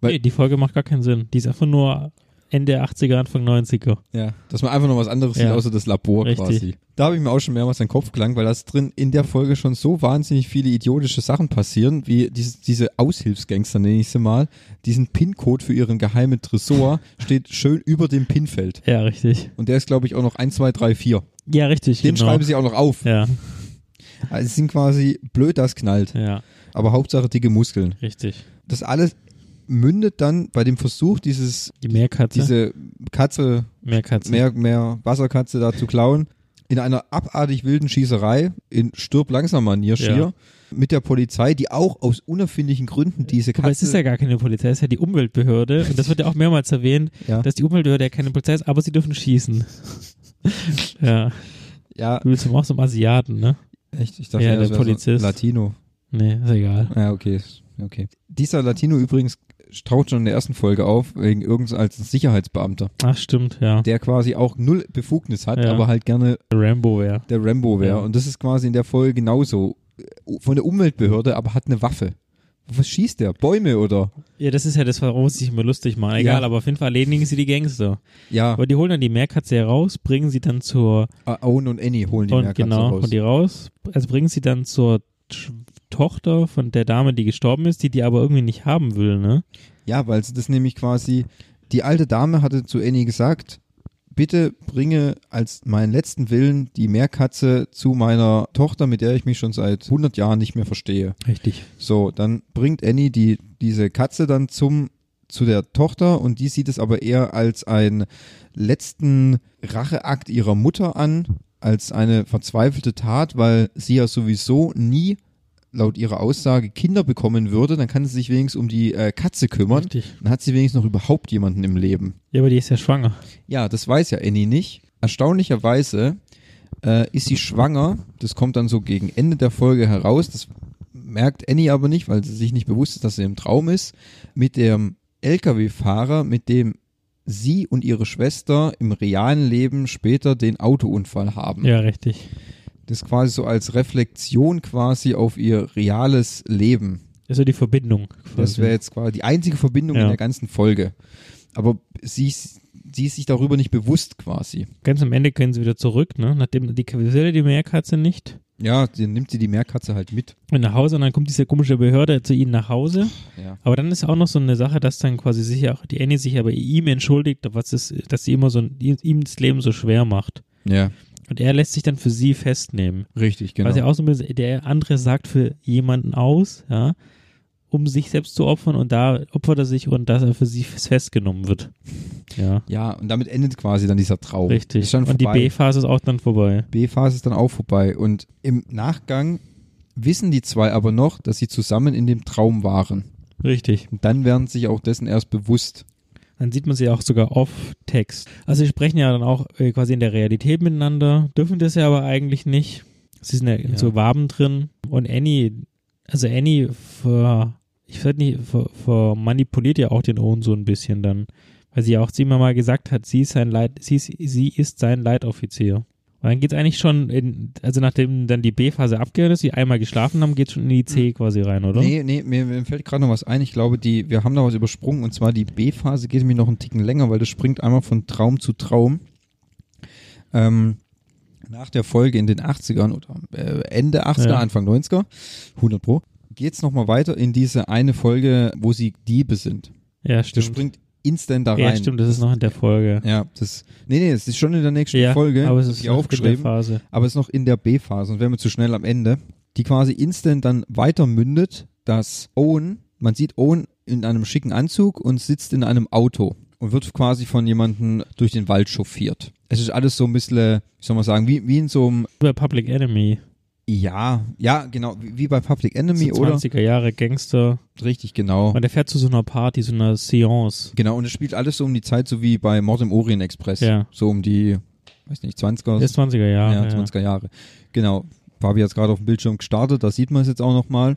B: Weil-
A: Nee, die Folge macht gar keinen Sinn. Die ist einfach nur Ende 80er, Anfang 90er.
B: Ja. Dass man einfach noch was anderes sieht,
A: Ja.
B: außer das Labor
A: Richtig.
B: quasi. Da habe ich mir auch schon mehrmals den Kopf gelangt, weil das drin in der Folge schon so wahnsinnig viele idiotische Sachen passieren, wie diese, diese Aushilfsgangster, nenne ich sie mal, diesen PIN-Code für ihren geheimen Tresor steht schön über dem PIN-Feld.
A: Ja, richtig.
B: Und der ist, glaube ich, auch noch 1, 2, 3, 4.
A: Ja, richtig.
B: Den
A: genau.
B: schreiben sie auch noch auf.
A: Ja,
B: Also sie sind quasi blöd, das knallt.
A: ja,
B: Aber Hauptsache dicke Muskeln.
A: richtig.
B: Das alles mündet dann bei dem Versuch, dieses,
A: Die Meerkatze.
B: diese Katze
A: Meerkatze.
B: mehr, mehr Wasserkatze da zu klauen. In einer abartig wilden Schießerei in stirb langsam Manier schier
A: Ja.
B: mit der Polizei, die auch aus unerfindlichen Gründen diese Katze.
A: Aber es ist ja gar keine Polizei, es ist ja die Umweltbehörde. Und das wird ja auch mehrmals erwähnt,
B: Ja.
A: dass die Umweltbehörde ja keine Polizei ist, aber sie dürfen schießen. ja,
B: ja,
A: du willst zum auch zum Asiaten, ne?
B: echt, ich dachte,
A: Ja,
B: ja, das
A: der
B: wär
A: Polizist.
B: So ein Latino.
A: Nee, ist egal.
B: Ja, okay, ist- okay. Dieser Latino übrigens taucht schon in der ersten Folge auf, wegen irgend als Sicherheitsbeamter,
A: Ach, stimmt, ja.
B: der quasi auch null Befugnis hat,
A: Ja.
B: aber halt gerne
A: Rambo wäre.
B: der Rambo wäre.
A: Ja.
B: Und das ist quasi in der Folge genauso. Von der Umweltbehörde, aber hat eine Waffe. Was schießt der? Bäume oder?
A: Ja, das ist ja das, worauf sie sich immer lustig machen. Egal,
B: Ja.
A: aber auf jeden Fall erledigen sie die Gangster.
B: Ja.
A: Aber die holen dann die Meerkatze heraus, bringen sie dann zur.
B: Ah, Owen und Annie holen die
A: und
B: Meerkatze
A: genau,
B: raus.
A: und die raus. Also bringen sie dann zur Sch- Tochter von der Dame, die gestorben ist, die die aber irgendwie nicht haben will, ne?
B: ja, weil sie das nämlich quasi, die alte Dame hatte zu Annie gesagt, bitte bringe als meinen letzten Willen die Meerkatze zu meiner Tochter, mit der ich mich schon seit 100 Jahren nicht mehr verstehe.
A: Richtig.
B: So, dann bringt Annie die, diese Katze dann zum, zu der Tochter und die sieht es aber eher als einen letzten Racheakt ihrer Mutter an, als eine verzweifelte Tat, weil sie ja sowieso nie laut ihrer Aussage Kinder bekommen würde, dann kann sie sich wenigstens um die äh, Katze kümmern.
A: Richtig.
B: Dann hat sie wenigstens noch überhaupt jemanden im Leben.
A: Ja, aber die ist ja schwanger.
B: Ja, das weiß ja Annie nicht. Erstaunlicherweise äh, ist sie schwanger. Das kommt dann so gegen Ende der Folge heraus. Das merkt Annie aber nicht, weil sie sich nicht bewusst ist, dass sie im Traum ist. Mit dem LKW-Fahrer, mit dem sie und ihre Schwester im realen Leben später den Autounfall haben.
A: Ja, richtig.
B: Das quasi so als Reflexion quasi auf ihr reales Leben.
A: Also die Verbindung.
B: Das
A: quasi.
B: wäre jetzt quasi die einzige Verbindung
A: Ja.
B: in der ganzen Folge. Aber sie, ist- sie ist sich darüber nicht bewusst quasi.
A: Ganz am Ende können sie wieder zurück, ne? Nachdem die Kaviselle die Meerkatze nicht.
B: Ja, dann nimmt sie die Meerkatze halt mit.
A: Und nach Hause und dann kommt diese komische Behörde zu ihnen nach Hause.
B: Ja.
A: Aber dann ist auch noch so eine Sache, dass dann quasi sich auch die Annie sich aber ihm entschuldigt, was ist, dass sie immer so ein- ihm das Leben so schwer macht.
B: Ja,
A: Und er lässt sich dann für sie festnehmen.
B: richtig, genau.
A: Genau. Was ja auch so ein bisschen, der andere sagt für jemanden aus, ja. um sich selbst zu opfern und da opfert er sich und dass er für sie festgenommen wird. Ja,
B: Ja, und damit endet quasi dann dieser Traum. Oh, Ist
A: richtig.
B: dann
A: Und die
B: vorbei.
A: B-Phase ist auch dann vorbei.
B: B-Phase ist dann auch vorbei. Und im Nachgang wissen die zwei aber noch, dass sie zusammen in dem Traum waren.
A: Richtig.
B: Und dann werden sich auch dessen erst bewusst.
A: Dann sieht man sie auch sogar off-Text. Also sie sprechen ja dann auch äh, quasi in der Realität miteinander, dürfen das ja aber eigentlich nicht. Sie sind ja, in
E: Ja.
A: so Waben drin. Und Annie, also Annie ver, ich weiß nicht, ver, ver manipuliert ja auch den Owen so ein bisschen dann. Weil sie ja auch zu ihm mal gesagt hat, sie ist sein Leit, sie, ist- sie ist sein Leitoffizier. Und dann geht's eigentlich schon in, also nachdem dann die B-Phase abgehört ist, sie einmal geschlafen haben, geht's schon in die C quasi rein, oder?
B: Hm. Nee, nee, mir, mir fällt gerade noch was ein. Ich glaube, die, wir haben da was übersprungen. Und zwar die B-Phase geht mir noch einen Ticken länger, weil das springt einmal von Traum zu Traum. Ähm, nach der Folge in den 80ern oder äh, Ende 80er,
A: Ja.
B: Anfang 90er, 100 Pro, geht's noch nochmal weiter in diese eine Folge, wo sie Diebe sind.
A: Ja,
B: Das
A: stimmt.
B: springt instant da rein.
A: Ja, stimmt, das ist noch in der Folge.
B: Ja, das. Nee, nee, es ist schon in der nächsten
A: ja,
B: Folge.
A: aber es
B: hab ich
A: ist
B: aufgeschrieben.
A: der Phase.
B: aber es ist noch in der B-Phase und wäre mir zu schnell am Ende. Die quasi instant dann weiter mündet, dass Owen, man sieht Owen in einem schicken Anzug und sitzt in einem Auto und wird quasi von jemandem durch den Wald chauffiert. Es ist alles so ein bisschen, ich soll mal sagen, wie, wie in so einem,
A: Über Public Enemy.
B: ja, ja, genau, wie wie bei Public
A: So
B: Enemy, oder?
A: 20er Jahre Gangster.
B: Richtig, genau.
A: Und der fährt zu so einer Party, so einer Seance.
B: Genau, und es spielt alles so um die Zeit, so wie bei Mord im Orient Express.
A: Ja.
B: So um die, weiß nicht, 20er,
A: Das ist 20er Jahre.
B: ja, 20er Jahre. Genau. Fabi hat es gerade auf dem Bildschirm gestartet, da sieht man es jetzt auch nochmal.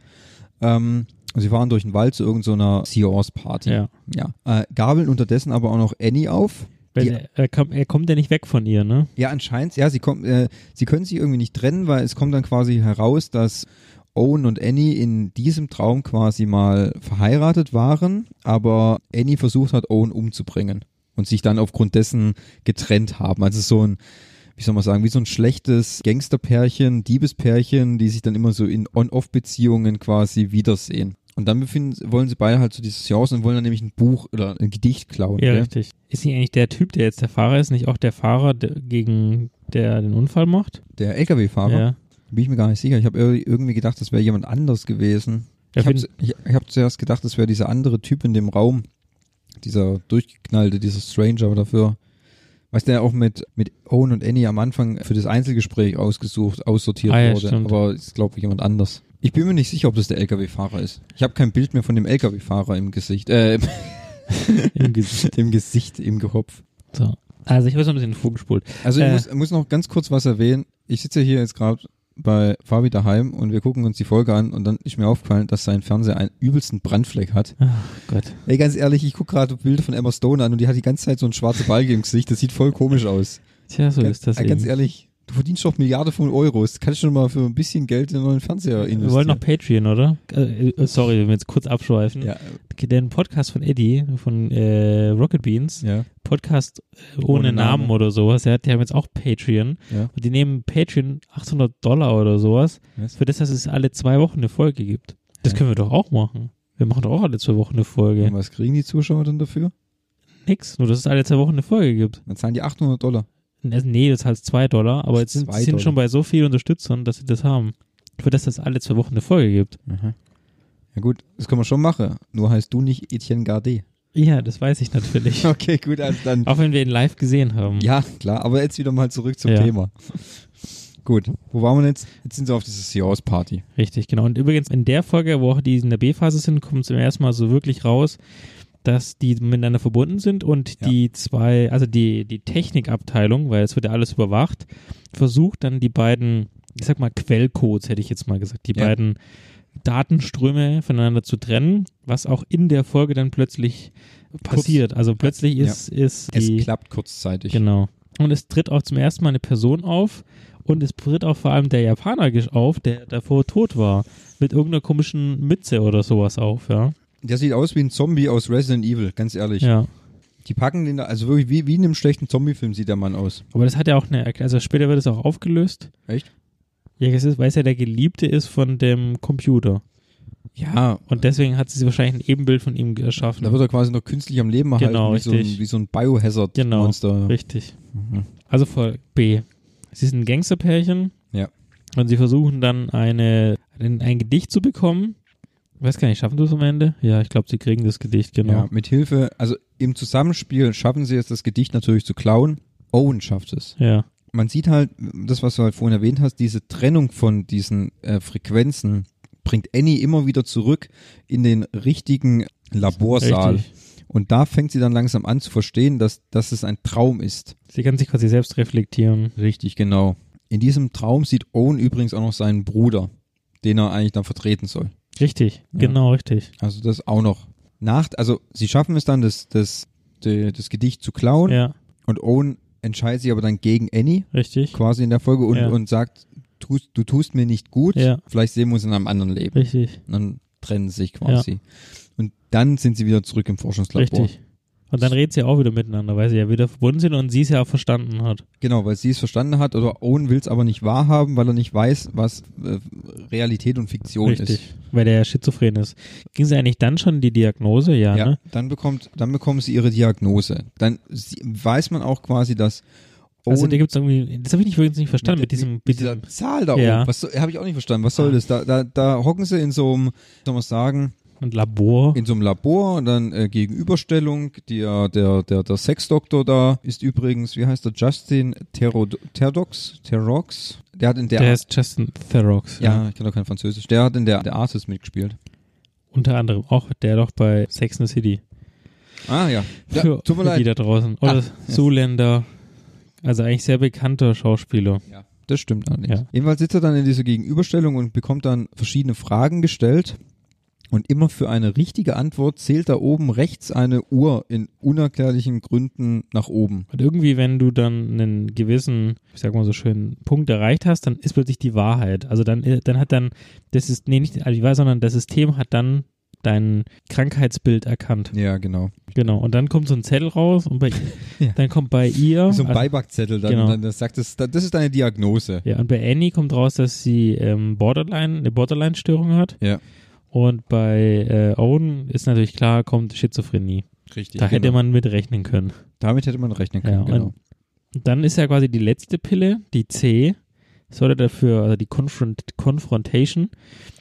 B: Ähm, und sie fahren durch den Wald zu irgendeiner Seance-Party.
A: Ja.
B: ja. Äh, gabeln unterdessen aber auch noch Annie auf.
A: Weil
B: Die-
A: er, er, kam, er kommt ja nicht weg von ihr, ne?
B: Ja, anscheinend, ja, sie, kommt, äh, sie können sich irgendwie nicht trennen, weil es kommt dann quasi heraus, dass Owen und Annie in diesem Traum quasi mal verheiratet waren, aber Annie versucht hat, Owen umzubringen und sich dann aufgrund dessen getrennt haben. Also so ein, wie soll man sagen, wie so ein schlechtes Gangsterpärchen, Diebespärchen, die sich dann immer so in On-Off-Beziehungen quasi wiedersehen. Und dann befinden, wollen sie beide halt zu dieser Seance und wollen dann nämlich ein Buch oder ein Gedicht klauen.
A: Ja,
B: gell?
A: richtig. Ist nicht eigentlich der Typ, der jetzt der Fahrer ist, nicht auch der Fahrer, der, gegen der den Unfall macht?
B: Der LKW-Fahrer.
A: Ja.
B: Bin ich mir gar nicht sicher. Ich habe irgendwie gedacht, das wäre jemand anders gewesen.
A: Ja,
B: ich habe
A: find-
B: ich, ich hab zuerst gedacht, das wäre dieser andere Typ in dem Raum. Dieser durchgeknallte, dieser Stranger aber dafür. Weißt du, der auch mit, mit Owen und Annie am Anfang für das Einzelgespräch ausgesucht, aussortiert
A: Ah, ja,
B: wurde.
A: stimmt.
B: Aber ist, glaube ich, jemand anders. Ich bin mir nicht sicher, ob das der LKW-Fahrer ist. Ich habe kein Bild mehr von dem LKW-Fahrer im Gesicht. Äh,
A: Im Gesicht.
B: im Gesicht, im Gehopf.
A: So. Also ich habe so ein bisschen vorgespult.
B: Also ich
A: Äh.
B: muss, muss noch ganz kurz was erwähnen. Ich sitze hier jetzt gerade bei Fabi daheim und wir gucken uns die Folge an und dann ist mir aufgefallen, dass sein Fernseher einen übelsten Brandfleck hat.
A: Ach Gott.
B: Ey, ganz ehrlich, ich gucke gerade Bilder von Emma Stone an und die hat die ganze Zeit so einen schwarzen Balge im Gesicht. Das sieht voll komisch aus.
A: Tja, so
B: ganz,
A: ist das
B: äh, ganz
A: eben.
B: ehrlich, du verdienst doch Milliarden von Euros. Kannst du schon mal für ein bisschen Geld in einen neuen Fernseher investieren?
A: Wir wollen noch Patreon, oder? Äh, äh, sorry, wenn wir jetzt kurz abschweifen.
B: ja,
A: Den Podcast von Eddie, von äh, Rocket Beans,
B: ja,
A: Podcast äh, ohne,
B: Ohne
A: Namen.
B: Namen.
A: oder sowas. Ja, die haben jetzt auch Patreon.
B: ja.
A: Und die nehmen Patreon 800 Dollar oder sowas,
B: Was?
A: für das, dass es alle zwei Wochen eine Folge gibt. Das
B: Ja.
A: können wir doch auch machen. Wir machen doch auch alle zwei Wochen eine Folge.
B: Und was kriegen die Zuschauer dann dafür?
A: Nix, nur dass es alle zwei Wochen eine Folge gibt.
B: Dann zahlen die 800 Dollar.
A: Also, nee, das heißt zwei Dollar, aber jetzt sind,
B: Zwei
A: sind
B: Dollar.
A: schon bei so vielen Unterstützern, dass sie das haben. Für das, dass es alle zwei Wochen eine Folge gibt.
B: Ja gut, das können wir schon machen. Nur heißt du nicht Etienne Gardet.
A: Ja, das weiß ich natürlich.
B: Okay, gut, also dann
A: auch wenn wir ihn live gesehen haben.
B: Ja, klar, aber jetzt wieder mal zurück zum
A: Ja.
B: Thema. Gut, wo waren wir denn jetzt? Jetzt sind sie auf dieser Seance-Party.
A: Richtig, genau. Und übrigens in der Folge, wo auch die in der B-Phase sind, kommt zum ersten Mal so wirklich raus, dass die miteinander verbunden sind und
B: Ja.
A: die zwei, also die, die Technikabteilung, weil es wird ja alles überwacht, versucht dann die beiden, ich sag mal Quellcodes, hätte ich jetzt mal gesagt, die
B: Ja.
A: beiden Datenströme voneinander zu trennen, was auch in der Folge dann plötzlich passiert. Also plötzlich
B: Ja.
A: ist, ist die,
B: es klappt kurzzeitig.
A: Genau. Und es tritt auch zum ersten Mal eine Person auf und es tritt auch vor allem der Japaner gesch- auf, der davor tot war. Mit irgendeiner komischen Mütze oder sowas auf, ja.
B: Der sieht aus wie ein Zombie aus Resident Evil, ganz ehrlich.
A: Ja.
B: Die packen den da, also wirklich wie, wie in einem schlechten Zombie-Film sieht der Mann aus.
A: Aber das hat ja auch eine Erklärung. Also später wird es auch aufgelöst.
B: Echt?
A: Ja, es ist, weil es ja der Geliebte ist von dem Computer.
B: Ja.
A: Und deswegen hat sie wahrscheinlich ein Ebenbild von ihm erschaffen.
B: Da wird er quasi noch künstlich am Leben erhalten,
A: Genau,
B: wie, so ein,
A: richtig. Genau,
B: wie so ein Biohazard-Monster.
A: Richtig.
B: Mhm.
A: Also Folge B. Sie sind ein Gangsterpärchen.
B: Ja.
A: Und sie versuchen dann eine, ein, ein Gedicht zu bekommen. Weiß gar nicht, schaffen sie es am Ende? Ja, ich glaube, sie kriegen das Gedicht, genau.
B: Ja, mit Hilfe, also im Zusammenspiel schaffen sie es, das Gedicht natürlich zu klauen. Owen schafft es.
A: Ja.
B: Man sieht halt, das, was du halt vorhin erwähnt hast, diese Trennung von diesen äh, Frequenzen bringt Annie immer wieder zurück in den richtigen Laborsaal.
A: Richtig.
B: Und da fängt sie dann langsam an zu verstehen, dass, dass es ein Traum ist.
A: Sie kann sich quasi selbst reflektieren.
B: Richtig, genau. In diesem Traum sieht Owen übrigens auch noch seinen Bruder, den er eigentlich dann vertreten soll.
A: Richtig,
B: Ja.
A: genau, richtig.
B: Also das auch noch. Nach, also sie schaffen es dann, das, das, de- das Gedicht zu klauen
A: ja,
B: und Owen entscheidet sich aber dann gegen Annie
A: richtig.
B: quasi in der Folge und,
A: Ja.
B: und sagt, tust, du tust mir nicht gut,
A: Ja.
B: vielleicht sehen wir uns in einem anderen Leben.
A: Richtig,
B: Und dann trennen sie sich quasi. Und dann sind sie wieder zurück im Forschungslabor.
A: richtig. Und dann reden sie auch wieder miteinander, weil sie ja wieder verbunden sind und sie es ja auch verstanden hat.
B: Genau, weil sie es verstanden hat oder Owen will es aber nicht wahrhaben, weil er nicht weiß, was äh, Realität und Fiktion ist.
A: Richtig, weil der ja schizophren ist. Ging sie eigentlich dann schon die Diagnose? Ja,
B: Ja,
A: ne?
B: dann bekommt, dann bekommen sie ihre Diagnose. Dann sie, weiß man auch quasi, dass Owen
A: Also da gibt es irgendwie, das habe ich nicht, übrigens nicht verstanden, mit,
B: der-
A: diesem,
B: mit dieser
A: diesem-
B: Zahl da
A: Ja. Ah.
B: oben. Was habe ich auch nicht verstanden. Was soll das? Da, da, da hocken sie in so einem, soll man sagen,
A: und Labor.
B: in so einem Labor und dann äh, Gegenüberstellung. Der, der, der, der Sexdoktor da ist übrigens, wie heißt der? Justin Terod Terdox? Terox? Der hat in der,
A: der heißt Justin Therox.
B: ja, ich kann doch kein Französisch. Der hat in der, der Artist mitgespielt.
A: Unter anderem auch der doch bei Sex in the City.
B: Ah ja. ja
A: für,
B: tut mir
A: für die
B: leid.
A: da
B: Ah,
A: draußen. Oder Zuländer. Also eigentlich sehr bekannter Schauspieler.
B: Ja, das stimmt allerdings.
A: Ja.
B: Jedenfalls sitzt er dann in dieser Gegenüberstellung und bekommt dann verschiedene Fragen gestellt. Und immer für eine richtige Antwort zählt da oben rechts eine Uhr in unerklärlichen Gründen nach oben.
A: Und irgendwie, wenn du dann einen gewissen, ich sag mal so schön, Punkt erreicht hast, dann ist plötzlich die Wahrheit. Also dann, dann hat dann, das ist, nee, nicht die Wahrheit, sondern das System hat dann dein Krankheitsbild erkannt.
B: Ja, genau.
A: Genau. Und dann kommt so ein Zettel raus und bei,
B: Ja.
A: dann kommt bei ihr.
B: So ein
A: also-
B: Beibackzettel, dann,
A: genau.
B: dann das sagt es, da- das ist deine Diagnose.
A: ja, und bei Annie kommt raus, dass sie ähm, Borderline, eine Borderline-Störung hat.
B: Ja.
A: Und bei äh, Owen ist natürlich klar, kommt Schizophrenie.
B: Richtig. genau.
A: Da hätte man mitrechnen können.
B: Damit hätte man rechnen
A: Ja,
B: können, genau.
A: und Und dann ist ja quasi die letzte Pille, die C, soll ja dafür, also die Confront Confrontation,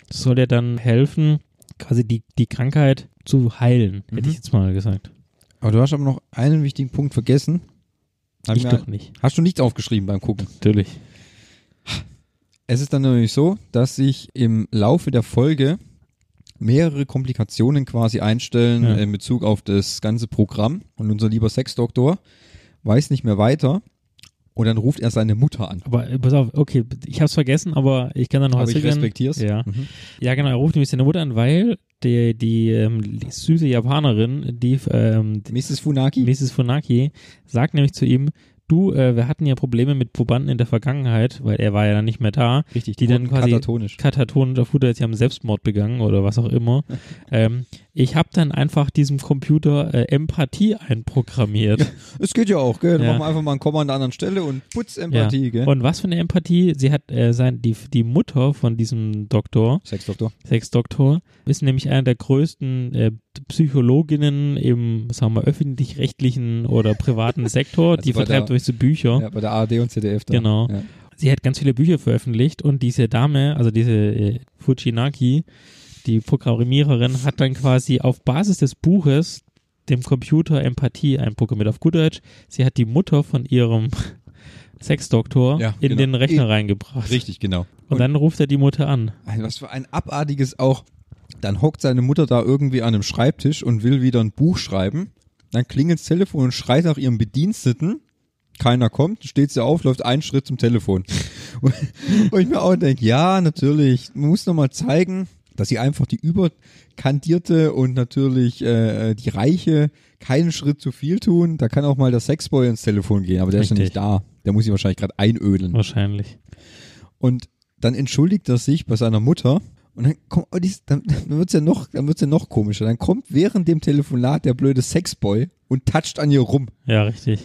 A: soll ja dann helfen, quasi die, die Krankheit zu heilen, hätte
B: Mhm.
A: ich jetzt mal gesagt.
B: Aber du hast aber noch einen wichtigen Punkt vergessen. Hab
A: ich
B: mir-
A: doch nicht.
B: Hast du nichts aufgeschrieben beim Gucken?
A: Natürlich.
B: Es ist dann nämlich so, dass sich im Laufe der Folge mehrere Komplikationen quasi einstellen äh,
A: Ja.
B: in Bezug auf das ganze Programm. Und unser lieber Sexdoktor weiß nicht mehr weiter. Und dann ruft er seine Mutter an.
A: Aber äh, pass auf, okay, ich hab's vergessen, aber ich kann da noch
B: Aber
A: was
B: ich
A: erklären.
B: respektier's.
A: Ja.
B: Mhm.
A: ja, genau, er ruft nämlich seine Mutter an, weil die, die, ähm, die süße Japanerin, die, ähm, die
B: Mrs. Funaki?
A: Mrs. Funaki sagt nämlich zu ihm, du, äh, wir hatten ja Probleme mit Probanden in der Vergangenheit, weil er war ja dann nicht mehr da.
B: Richtig,
A: die dann
B: wurden
A: quasi-
B: katatonisch.
A: katatonisch auf gut Deutsch, sie haben Selbstmord begangen oder was auch immer. ähm, ich habe dann einfach diesem Computer äh, Empathie einprogrammiert.
B: Es geht ja auch, gell? Dann
A: Ja.
B: machen wir einfach mal ein Komma an der anderen Stelle und putz Empathie, gell?
A: Und was für eine Empathie? Sie hat äh, sein, die, die Mutter von diesem Doktor,
B: Sexdoktor.
A: Sexdoktor, ist nämlich eine der größten äh, Psychologinnen im, sagen wir, öffentlich-rechtlichen oder privaten Sektor.
B: Also
A: die
B: bei der-
A: vertreibt durch so Bücher.
B: Ja, bei der ARD und ZDF da.
A: Genau.
B: Ja.
A: sie hat ganz viele Bücher veröffentlicht und diese Dame, also diese äh, Fujinaki, die Programmiererin, hat dann quasi auf Basis des Buches dem Computer Empathie einprogrammiert. Auf gut Deutsch, sie hat die Mutter von ihrem Sexdoktor
B: Ja,
A: in
B: genau.
A: den Rechner
B: In-
A: reingebracht.
B: Richtig, genau.
A: Und dann ruft er die Mutter an.
B: Ein, was für ein abartiges auch. Dann hockt seine Mutter da irgendwie an einem Schreibtisch und will wieder ein Buch schreiben. Dann klingelt das Telefon und schreit nach ihrem Bediensteten. Keiner kommt, steht sie auf, läuft einen Schritt zum Telefon. Und, und ich mir auch denke, ja, natürlich, man muss nochmal zeigen, dass sie einfach die überkandierte und natürlich äh, die Reiche keinen Schritt zu viel tun. Da kann auch mal der Sexboy ins Telefon gehen, aber der ist ja nicht
A: Richtig.
B: da. Der muss sie wahrscheinlich gerade einölen.
A: Wahrscheinlich.
B: Und dann entschuldigt er sich bei seiner Mutter. Und dann kommt, oh, dies, dann, dann wird's ja noch, dann wird's ja noch komischer. Dann kommt während dem Telefonat der blöde Sexboy und toucht an ihr rum.
A: Ja, richtig.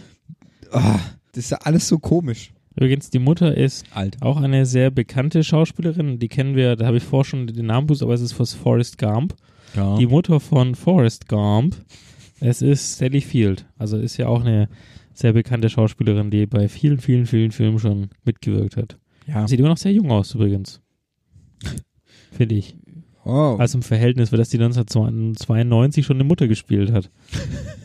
B: Ah, das ist ja alles so komisch.
A: Übrigens, die Mutter ist
B: Alter.
A: auch eine sehr bekannte Schauspielerin. Die kennen wir, da habe ich vorher schon den Namen gewusst, aber es ist von Forrest Gump.
B: Ja.
A: Die Mutter von Forrest Gump. Es ist Sally Field. Also ist ja auch eine sehr bekannte Schauspielerin, die bei vielen, vielen, vielen Filmen schon mitgewirkt hat.
B: ja.
A: Sieht immer noch sehr jung aus übrigens. Finde ich.
B: Wow.
A: Also im Verhältnis, weil das die 1992 schon eine Mutter gespielt hat.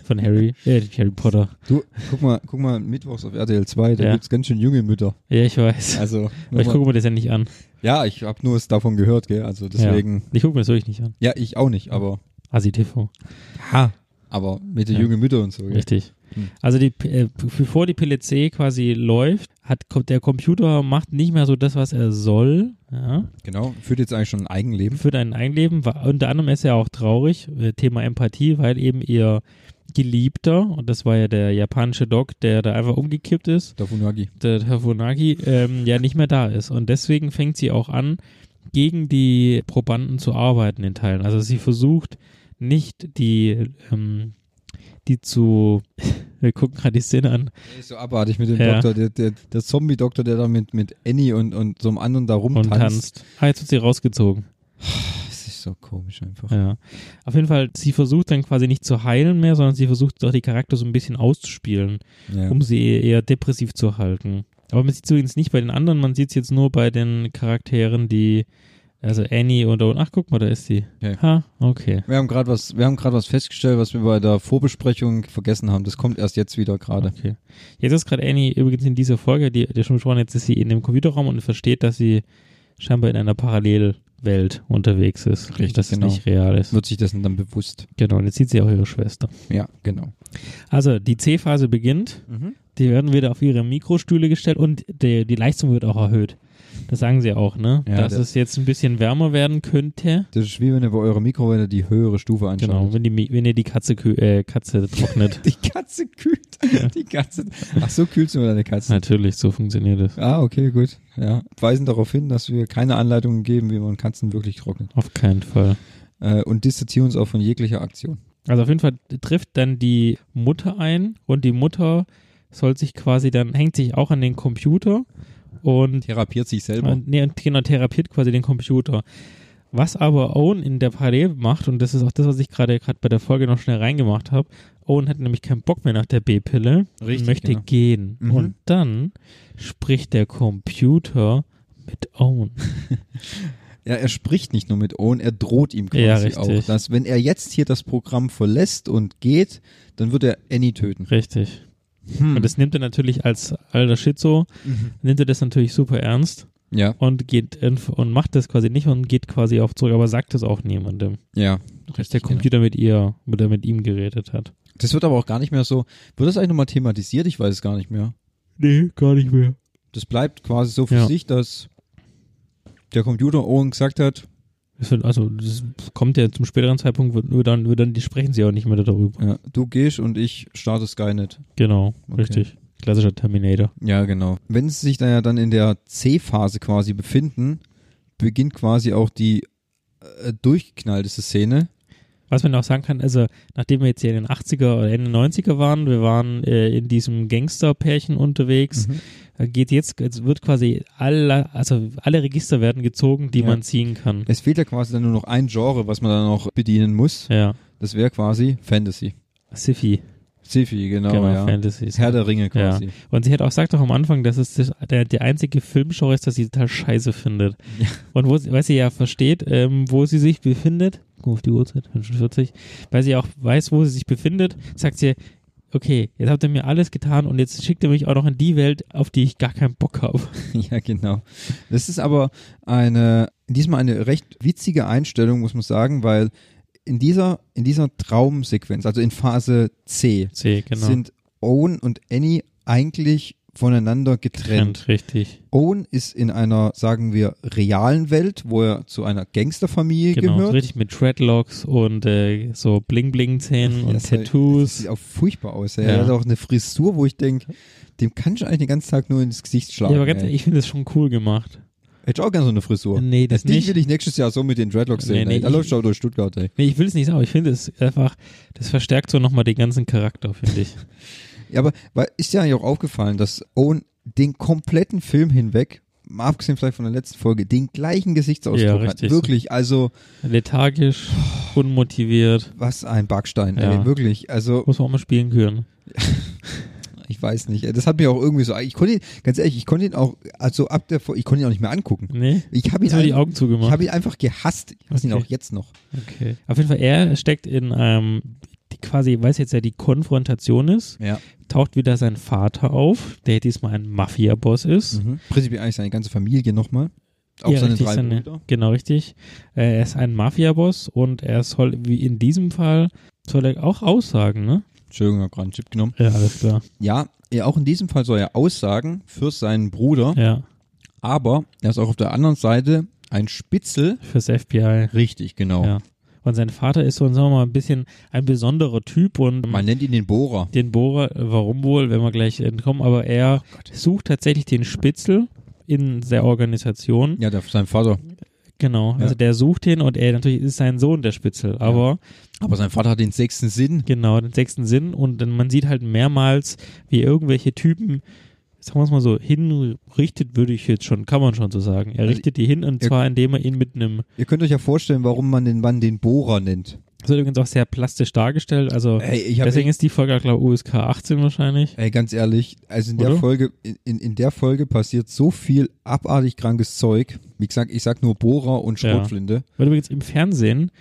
A: Von Harry, äh, Harry Potter.
B: du, guck mal, guck mal mittwochs auf RTL 2, da
A: Ja.
B: gibt's ganz schön junge Mütter.
A: Ja, ich weiß.
B: Also,
A: Aber ich
B: nochmal-
A: gucke mir das ja nicht an.
B: ja, ich habe nur es davon gehört, gell? Also deswegen,
A: Ich gucke mir das wirklich nicht an.
B: ja, ich auch nicht, aber
A: Asi TV.
B: ja, aber mit der
A: Ja.
B: jungen Mütter und so. Gell?
A: Richtig.
B: Hm.
A: Also die, P- äh, bevor die Pille C quasi läuft, hat kommt der Computer macht nicht mehr so das, was er soll. Ja.
B: Genau, führt jetzt eigentlich schon ein Eigenleben.
A: Führt ein Eigenleben. Wa- Unter anderem ist er auch traurig. äh, Thema Empathie, weil eben ihr Geliebter und das war ja der japanische Doc, der da einfach umgekippt ist,
B: Davunagi.
A: der Tafunagi, ähm, ja nicht mehr da ist und deswegen fängt sie auch an, gegen die Probanden zu arbeiten in Teilen. Also sie versucht nicht die ähm, die zu wir gucken gerade die Szene an
B: Nee, ist so abartig mit dem
A: Ja.
B: Doktor, der, der, der Zombie-Doktor, der da mit, mit Annie und, und so einem anderen da
A: und
B: rumtanzt.
A: tanzt. Ah, jetzt wird sie rausgezogen.
B: Das ist so komisch einfach.
A: Ja. Auf jeden Fall, sie versucht dann quasi nicht zu heilen mehr, sondern sie versucht doch die Charakter so ein bisschen auszuspielen,
B: Ja.
A: um sie eher depressiv zu halten. Aber man sieht es übrigens nicht bei den anderen, man sieht es jetzt nur bei den Charakteren, die, also Annie und Owen. Ach, guck mal, da ist sie.
B: Okay.
A: Ha, okay.
B: Wir haben gerade was, wir haben gerade was festgestellt, was wir bei der Vorbesprechung vergessen haben. Das kommt erst jetzt wieder gerade.
A: Okay. Jetzt ist gerade Annie übrigens in dieser Folge, die, die schon besprochen, jetzt ist sie in dem Computerraum und versteht, dass sie scheinbar in einer Parallelwelt unterwegs ist.
B: Richtig,
A: dass
B: genau.
A: es nicht real ist.
B: Wird sich dessen dann bewusst.
A: Genau, und jetzt sieht sie auch ihre Schwester.
B: Ja, genau.
A: Also, die C-Phase beginnt. Die werden wieder auf ihre Mikrostühle gestellt und die, die Leistung wird auch erhöht. Das sagen sie auch, ne?
B: Ja,
A: Dass
B: der-
A: es jetzt ein bisschen wärmer werden könnte.
B: Das ist wie wenn ihr bei eurer Mikrowelle die höhere Stufe
A: Genau,
B: anschaut.
A: wenn, die, Mi- wenn ihr die Katze, kü- äh, Katze trocknet.
B: Die Katze kühlt. Die Katze. Ach so, kühlst du immer deine Katze.
A: Natürlich, so funktioniert es.
B: Ah, okay, gut. Ja. Weisen darauf hin, dass wir keine Anleitungen geben, wie man Katzen wirklich trocknet.
A: Auf keinen Fall.
B: Äh, und distanzieren uns auch von jeglicher Aktion.
A: Also auf jeden Fall trifft dann die Mutter ein und die Mutter soll sich quasi dann, hängt sich auch an den Computer und
B: Therapiert sich selber.
A: Und, nee, und genau, therapiert quasi den Computer. Was aber Owen in der Parallel macht, und das ist auch das, was ich gerade gerade bei der Folge noch schnell reingemacht habe, Owen hat nämlich keinen Bock mehr nach der B-Pille und
B: Richtig,
A: möchte
B: genau.
A: gehen.
B: Mhm.
A: Und dann spricht der Computer mit Owen.
B: Ja, er spricht nicht nur mit Owen, er droht ihm
A: Ja,
B: quasi
A: richtig.
B: auch, dass wenn er jetzt hier das Programm verlässt und geht, dann wird er Annie töten.
A: Richtig.
B: Hm.
A: Und das nimmt er natürlich als alter Schizo, nimmt er das natürlich super ernst
B: Mhm. Ja,
A: und geht in, und macht das quasi nicht und geht quasi auf zurück, aber sagt es auch niemandem,
B: ja.
A: dass der Computer mit ihr oder mit ihm geredet hat.
B: Genau. Das wird aber auch gar nicht mehr so. Wird das eigentlich nochmal thematisiert? Ich weiß es gar nicht mehr.
A: Nee, gar nicht mehr.
B: Das bleibt quasi so für
A: Ja.
B: sich, dass der Computer Owen gesagt hat,
A: Es wird- Also das kommt ja zum späteren Zeitpunkt, wird nur dann, wird dann die sprechen sie auch nicht mehr darüber.
B: ja, du gehst und ich starte Skynet.
A: Genau,
B: Okay.
A: richtig. Klassischer Terminator.
B: Ja, genau. Wenn sie sich da ja dann in der C-Phase quasi befinden, beginnt quasi auch die äh, durchgeknallteste Szene.
A: Was man auch sagen kann, also nachdem wir jetzt hier in den 80er oder Ende 90er waren, wir waren äh, in diesem Gangster-Pärchen unterwegs,
B: Mhm.
A: da geht jetzt, jetzt wird quasi alle, also alle Register werden gezogen, die
B: Ja.
A: man ziehen kann.
B: Es fehlt ja quasi dann nur noch ein Genre, was man dann noch bedienen muss.
A: Ja.
B: Das wäre quasi Fantasy.
A: Sci-Fi,
B: Sci-Fi, genau,
A: genau,
B: ja.
A: Fantasy.
B: Herr der Ringe quasi.
A: Und sie hat auch sagt auch am Anfang, dass es das, der, der einzige Filmgenre ist, das sie total scheiße findet.
B: Ja.
A: Und wo sie, weil sie ja versteht, ähm, wo sie sich befindet, guck auf die Uhrzeit, 45, weil sie auch weiß, wo sie sich befindet, sagt sie, okay, jetzt habt ihr mir alles getan und jetzt schickt ihr mich auch noch in die Welt, auf die ich gar keinen Bock habe.
B: Ja, genau. Das ist aber eine, diesmal eine recht witzige Einstellung, muss man sagen, weil in dieser, in dieser Traumsequenz, also in Phase C,
A: C, genau.
B: sind Owen und Annie eigentlich voneinander getrennt.
A: Trend, richtig.
B: Owen ist in einer, sagen wir, realen Welt, wo er zu einer Gangsterfamilie
A: Genau, so
B: gehört.
A: richtig mit Dreadlocks und äh, so Bling-Bling-Zähnen und
B: Ja, das- Das
A: Tattoos.
B: sieht auch furchtbar aus. Ey.
A: Ja.
B: Er hat auch eine Frisur, wo ich denke, dem kann ich eigentlich den ganzen Tag nur ins Gesicht
A: Ja,
B: schlagen.
A: aber ganz
B: ey.
A: ehrlich, ich finde das schon cool gemacht.
B: Hätte ich auch gerne so eine Frisur.
A: Nee, das
B: Ja, die
A: nicht.
B: will ich nächstes Jahr so mit den Dreadlocks
A: Nee,
B: sehen.
A: nee,
B: ey. Da
A: ich-
B: läuft auch durch Stuttgart, ey.
A: Nee, ich will es nicht sagen, aber ich finde es einfach, das verstärkt so nochmal den ganzen Charakter, finde ich.
B: Ja, aber weil, ist ja eigentlich auch aufgefallen, dass Owen den kompletten Film hinweg, mal abgesehen vielleicht von der letzten Folge, den gleichen
A: Ja,
B: Gesichtsausdruck hat.
A: richtig.
B: Wirklich, also
A: Lethargisch, unmotiviert,
B: was ein Backstein,
A: Ja.
B: ey. Wirklich, also
A: muss man auch mal spielen können.
B: Ich weiß nicht. Das hat mir auch irgendwie so. Ich konnte ihn, ganz ehrlich, ich konnte ihn auch, also ab der, ich konnte ihn auch nicht mehr angucken.
A: Nee.
B: Ich habe ihn,
A: Jetzt haben die
B: ein-
A: Augen zugemacht.
B: ich habe ihn einfach gehasst. Ich hasse ihn
A: Okay.
B: auch jetzt noch.
A: Okay. Auf jeden Fall, er steckt in ähm, die quasi, weiß jetzt ja, die Konfrontation ist,
B: Ja.
A: taucht wieder sein Vater auf, der diesmal ein Mafia-Boss ist.
B: Mhm. Prinzipiell eigentlich seine ganze Familie nochmal. Auch
A: Ja,
B: seine
A: richtig,
B: drei
A: seine-
B: Brüder.
A: Genau, richtig. Äh, er ist ein Mafia-Boss und er soll, wie in diesem Fall, soll er auch aussagen, ne?
B: Entschuldigung, ich habe gerade einen Chip genommen.
A: Ja, alles klar.
B: Ja, ja, auch in diesem Fall soll er aussagen für seinen Bruder,
A: Ja,
B: aber er ist auch auf der anderen Seite ein Spitzel.
A: fürs FBI.
B: Richtig, genau.
A: Ja. Und sein Vater ist so, sagen wir mal, ein bisschen ein besonderer Typ und
B: Man nennt ihn den Bohrer.
A: den Bohrer, äh, warum wohl, wenn wir gleich entkommen, aber er
B: Oh
A: sucht tatsächlich den Spitzel in der Organisation.
B: Ja, der, sein Vater.
A: Genau, also
B: Ja.
A: der sucht ihn und er natürlich ist sein Sohn der Spitzel, aber
B: Aber sein Vater hat den sechsten Sinn.
A: genau, den sechsten Sinn und dann, man sieht halt mehrmals, wie irgendwelche Typen, sagen wir es mal so, hinrichtet, würde ich jetzt schon, kann man schon so sagen. Er
B: Also,
A: richtet die hin und
B: ihr-
A: zwar, indem er ihn mit einem,
B: Ihr könnt euch ja vorstellen, warum man den Mann den Bohrer nennt.
A: das wird übrigens auch sehr plastisch dargestellt, also
B: Ey, ich hab
A: deswegen ist die Folge, glaube ich, USK 18 wahrscheinlich.
B: Ey, ganz ehrlich, also in der
A: Oder?
B: Folge, in- in, in der Folge passiert so viel abartig krankes Zeug. Wie gesagt, ich sag nur Bohrer und
A: Ja.
B: Schrotflinte.
A: Weil übrigens im Fernsehen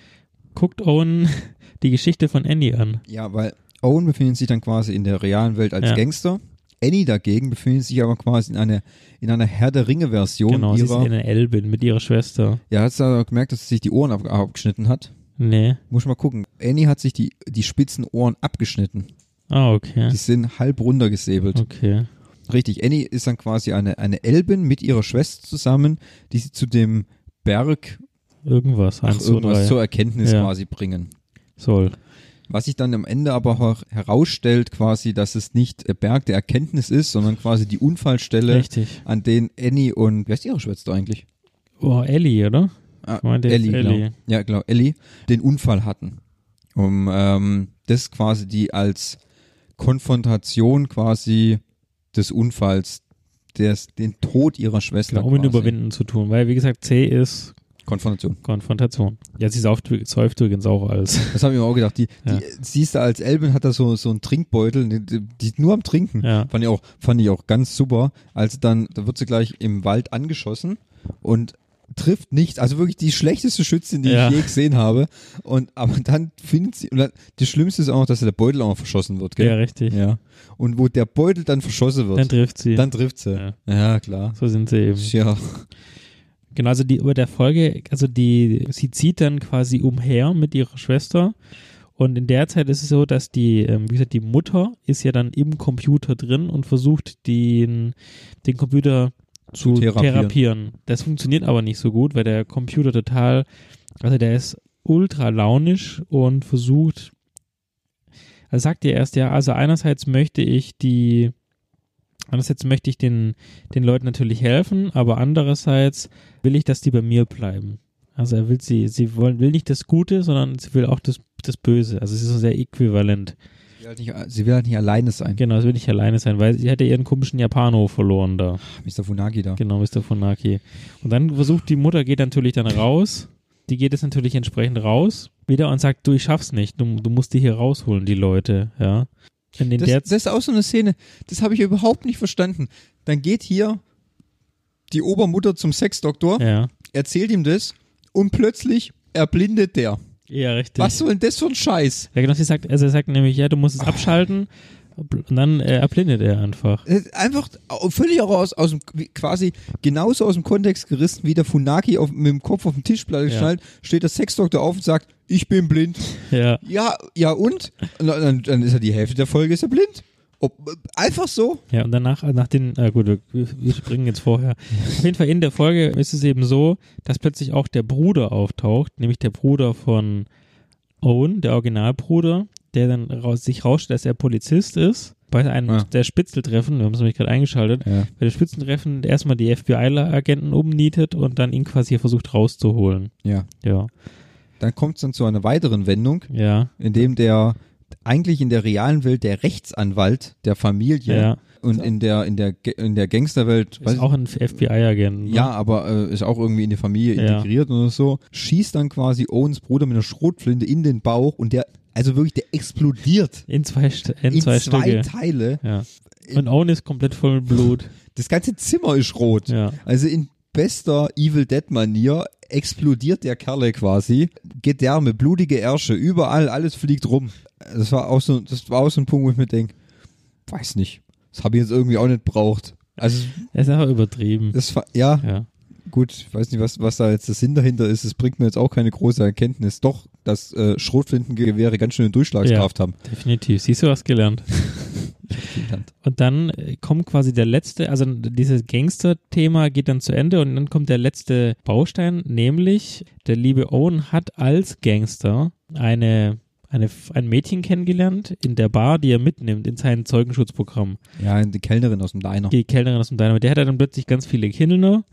A: guckt Owen die Geschichte von Andy an.
B: Ja. weil Owen befindet sich dann quasi in der realen Welt als
A: Ja.
B: Gangster. Annie dagegen befindet sich aber quasi in einer, in einer Herr der Ringe-Version
A: Genau, sie ist
B: ihrer.
A: in der Elbin mit ihrer Schwester.
B: Ja, hast du aber gemerkt, dass sie sich die Ohren ab, abgeschnitten hat?
A: Nee.
B: Muss ich mal gucken. Annie hat sich die, die spitzen Ohren abgeschnitten.
A: Ah, okay.
B: Die sind halb runtergesäbelt.
A: Okay.
B: Richtig, Annie ist dann quasi eine, eine Elbin mit ihrer Schwester zusammen, die sie zu dem Berg
A: Irgendwas.
B: ach,
A: eins, zwei,
B: irgendwas
A: drei.
B: zur Erkenntnis
A: Ja.
B: quasi bringen.
A: soll.
B: Was sich dann am Ende aber auch herausstellt, quasi, dass es nicht der Berg der Erkenntnis ist, sondern quasi die Unfallstelle,
A: Richtig.
B: an denen Annie und wer ist ihre Schwester eigentlich?
A: Oh, Ellie, oder?
B: Ah,
A: meinte jetzt Ellie.
B: Genau. Ja, genau, Ellie, den Unfall hatten. Um ähm, das quasi die als Konfrontation quasi des Unfalls, des, den Tod ihrer Schwester.
A: Genau, um ihn
B: quasi.
A: überwinden zu tun. Weil, wie gesagt, C ist
B: Konfrontation.
A: Konfrontation. Ja, sie sauft, säuft übrigens auch alles.
B: Das habe ich mir auch gedacht. Die,
A: Ja.
B: die sie ist da als Elbin, hat da so, so einen Trinkbeutel, die, die die ist nur am Trinken.
A: Ja.
B: Fand ich auch, fand ich auch ganz super. Als dann, da wird sie gleich im Wald angeschossen und trifft nichts. Also wirklich die schlechteste Schützin, die
A: Ja.
B: ich je gesehen habe. Und, aber dann findet sie, und dann, das Schlimmste ist auch noch, dass der Beutel auch noch verschossen wird,
A: Ja,
B: gell?
A: richtig.
B: Ja. Und wo der Beutel dann verschossen wird,
A: Dann trifft sie.
B: dann trifft sie.
A: Ja. Mhm.
B: ja klar.
A: so sind sie eben.
B: Ja.
A: Genau, also die über der Folge, also die, sie zieht dann quasi umher mit ihrer Schwester. Und in der Zeit ist es so, dass die, ähm, wie gesagt, die Mutter ist ja dann im Computer drin und versucht, den, den Computer zu
B: Zu
A: therapieren.
B: therapieren.
A: Das funktioniert aber nicht so gut, weil der Computer total, also der ist ultra launisch und versucht, er sagt ja erst, ja, also einerseits möchte ich die, andererseits möchte ich den, den Leuten natürlich helfen, aber andererseits will ich, dass die bei mir bleiben. Also er will sie, sie wollen, will nicht das Gute, sondern sie will auch das, das Böse. Also es ist so sehr äquivalent.
B: Sie will halt nicht, sie will halt nicht alleine sein.
A: Genau, sie will nicht alleine sein, weil sie hat ja ihren komischen Japano verloren da.
B: Mr. Funagi da.
A: Genau, Mr. Funaki. Und dann versucht die Mutter, geht natürlich dann raus. Die geht jetzt natürlich entsprechend raus wieder und sagt, du, ich schaff's nicht. Du, du musst die hier rausholen, die Leute. Ja. Und in
B: Das,
A: der
B: das ist auch so eine Szene, das habe ich überhaupt nicht verstanden. Dann geht hier die Obermutter zum Sexdoktor,
A: ja.
B: erzählt ihm das und plötzlich erblindet der.
A: ja, richtig.
B: Was soll denn das für ein Scheiß?
A: Ja, genau, sie sagt, also er sagt nämlich, ja, du musst es abschalten. Und dann äh, erblindet er einfach.
B: Das ist Äh, Einfach au- völlig auch aus, aus dem, wie- quasi genauso aus dem Kontext gerissen, wie der Funaki auf, mit dem Kopf auf dem Tischplatte
A: Ja.
B: geschnallt, steht der Sexdoktor auf und sagt, ich bin blind.
A: Ja.
B: Ja, ja und? und dann, dann ist er die Hälfte der Folge, ist er blind. Ob, äh, einfach so.
A: Ja, und danach, äh, nach den, äh, gut, wir, wir springen jetzt vorher. Auf jeden Fall in der Folge ist es eben so, dass plötzlich auch der Bruder auftaucht, nämlich der Bruder von Owen, der Originalbruder, der dann raus, sich rausstellt, dass er Polizist ist. Bei einem
B: Ja.
A: der Spitzeltreffen, wir haben es nämlich gerade eingeschaltet,
B: Ah. Ja.
A: bei dem Spitzentreffen erstmal die FBI-Agenten umnietet und dann ihn quasi versucht rauszuholen.
B: ja.
A: Ja,
B: Dann kommt es dann zu einer weiteren Wendung.
A: ja,
B: in dem der eigentlich in der realen Welt der Rechtsanwalt der Familie
A: ja.
B: und in der in der Ge- in der Gangsterwelt weiß
A: Ist auch ein FBI-Agent.
B: ich-
A: Ne?
B: ja, aber äh, ist auch irgendwie in die Familie
A: Ja.
B: integriert oder so. Schießt dann quasi Owens Bruder mit einer Schrotflinte in den Bauch und der also wirklich der explodiert
A: In zwei, St in zwei Stücke.
B: Teile.
A: Ja. Und Owen ist komplett voll Blut.
B: Das ganze Zimmer ist rot.
A: Ja.
B: Also in bester Evil Dead-Manier explodiert der Kerle quasi. Gedärme, blutige Ärsche, überall, alles fliegt rum. Das war auch so, das war auch so ein Punkt, wo ich mir denke, weiß nicht, das habe ich jetzt irgendwie auch nicht braucht. Also,
A: Das ist aber übertrieben.
B: das war, ja,
A: Ja.
B: gut, ich weiß nicht, was, was da jetzt der Sinn dahinter ist. Es bringt mir jetzt auch keine große Erkenntnis. Doch, dass äh, Schrotflintengewehre ganz schöne Durchschlagskraft haben.
A: Definitiv. Siehst du was gelernt? Und dann äh, kommt quasi der letzte, also dieses Gangster-Thema geht dann zu Ende und dann kommt der letzte Baustein, nämlich der liebe Owen hat als Gangster eine, eine, ein Mädchen kennengelernt in der Bar, die er mitnimmt in sein Zeugenschutzprogramm.
B: Ja, die Kellnerin aus dem Diner.
A: Die Kellnerin aus dem Dynamo, der hat dann plötzlich ganz viele Kinder.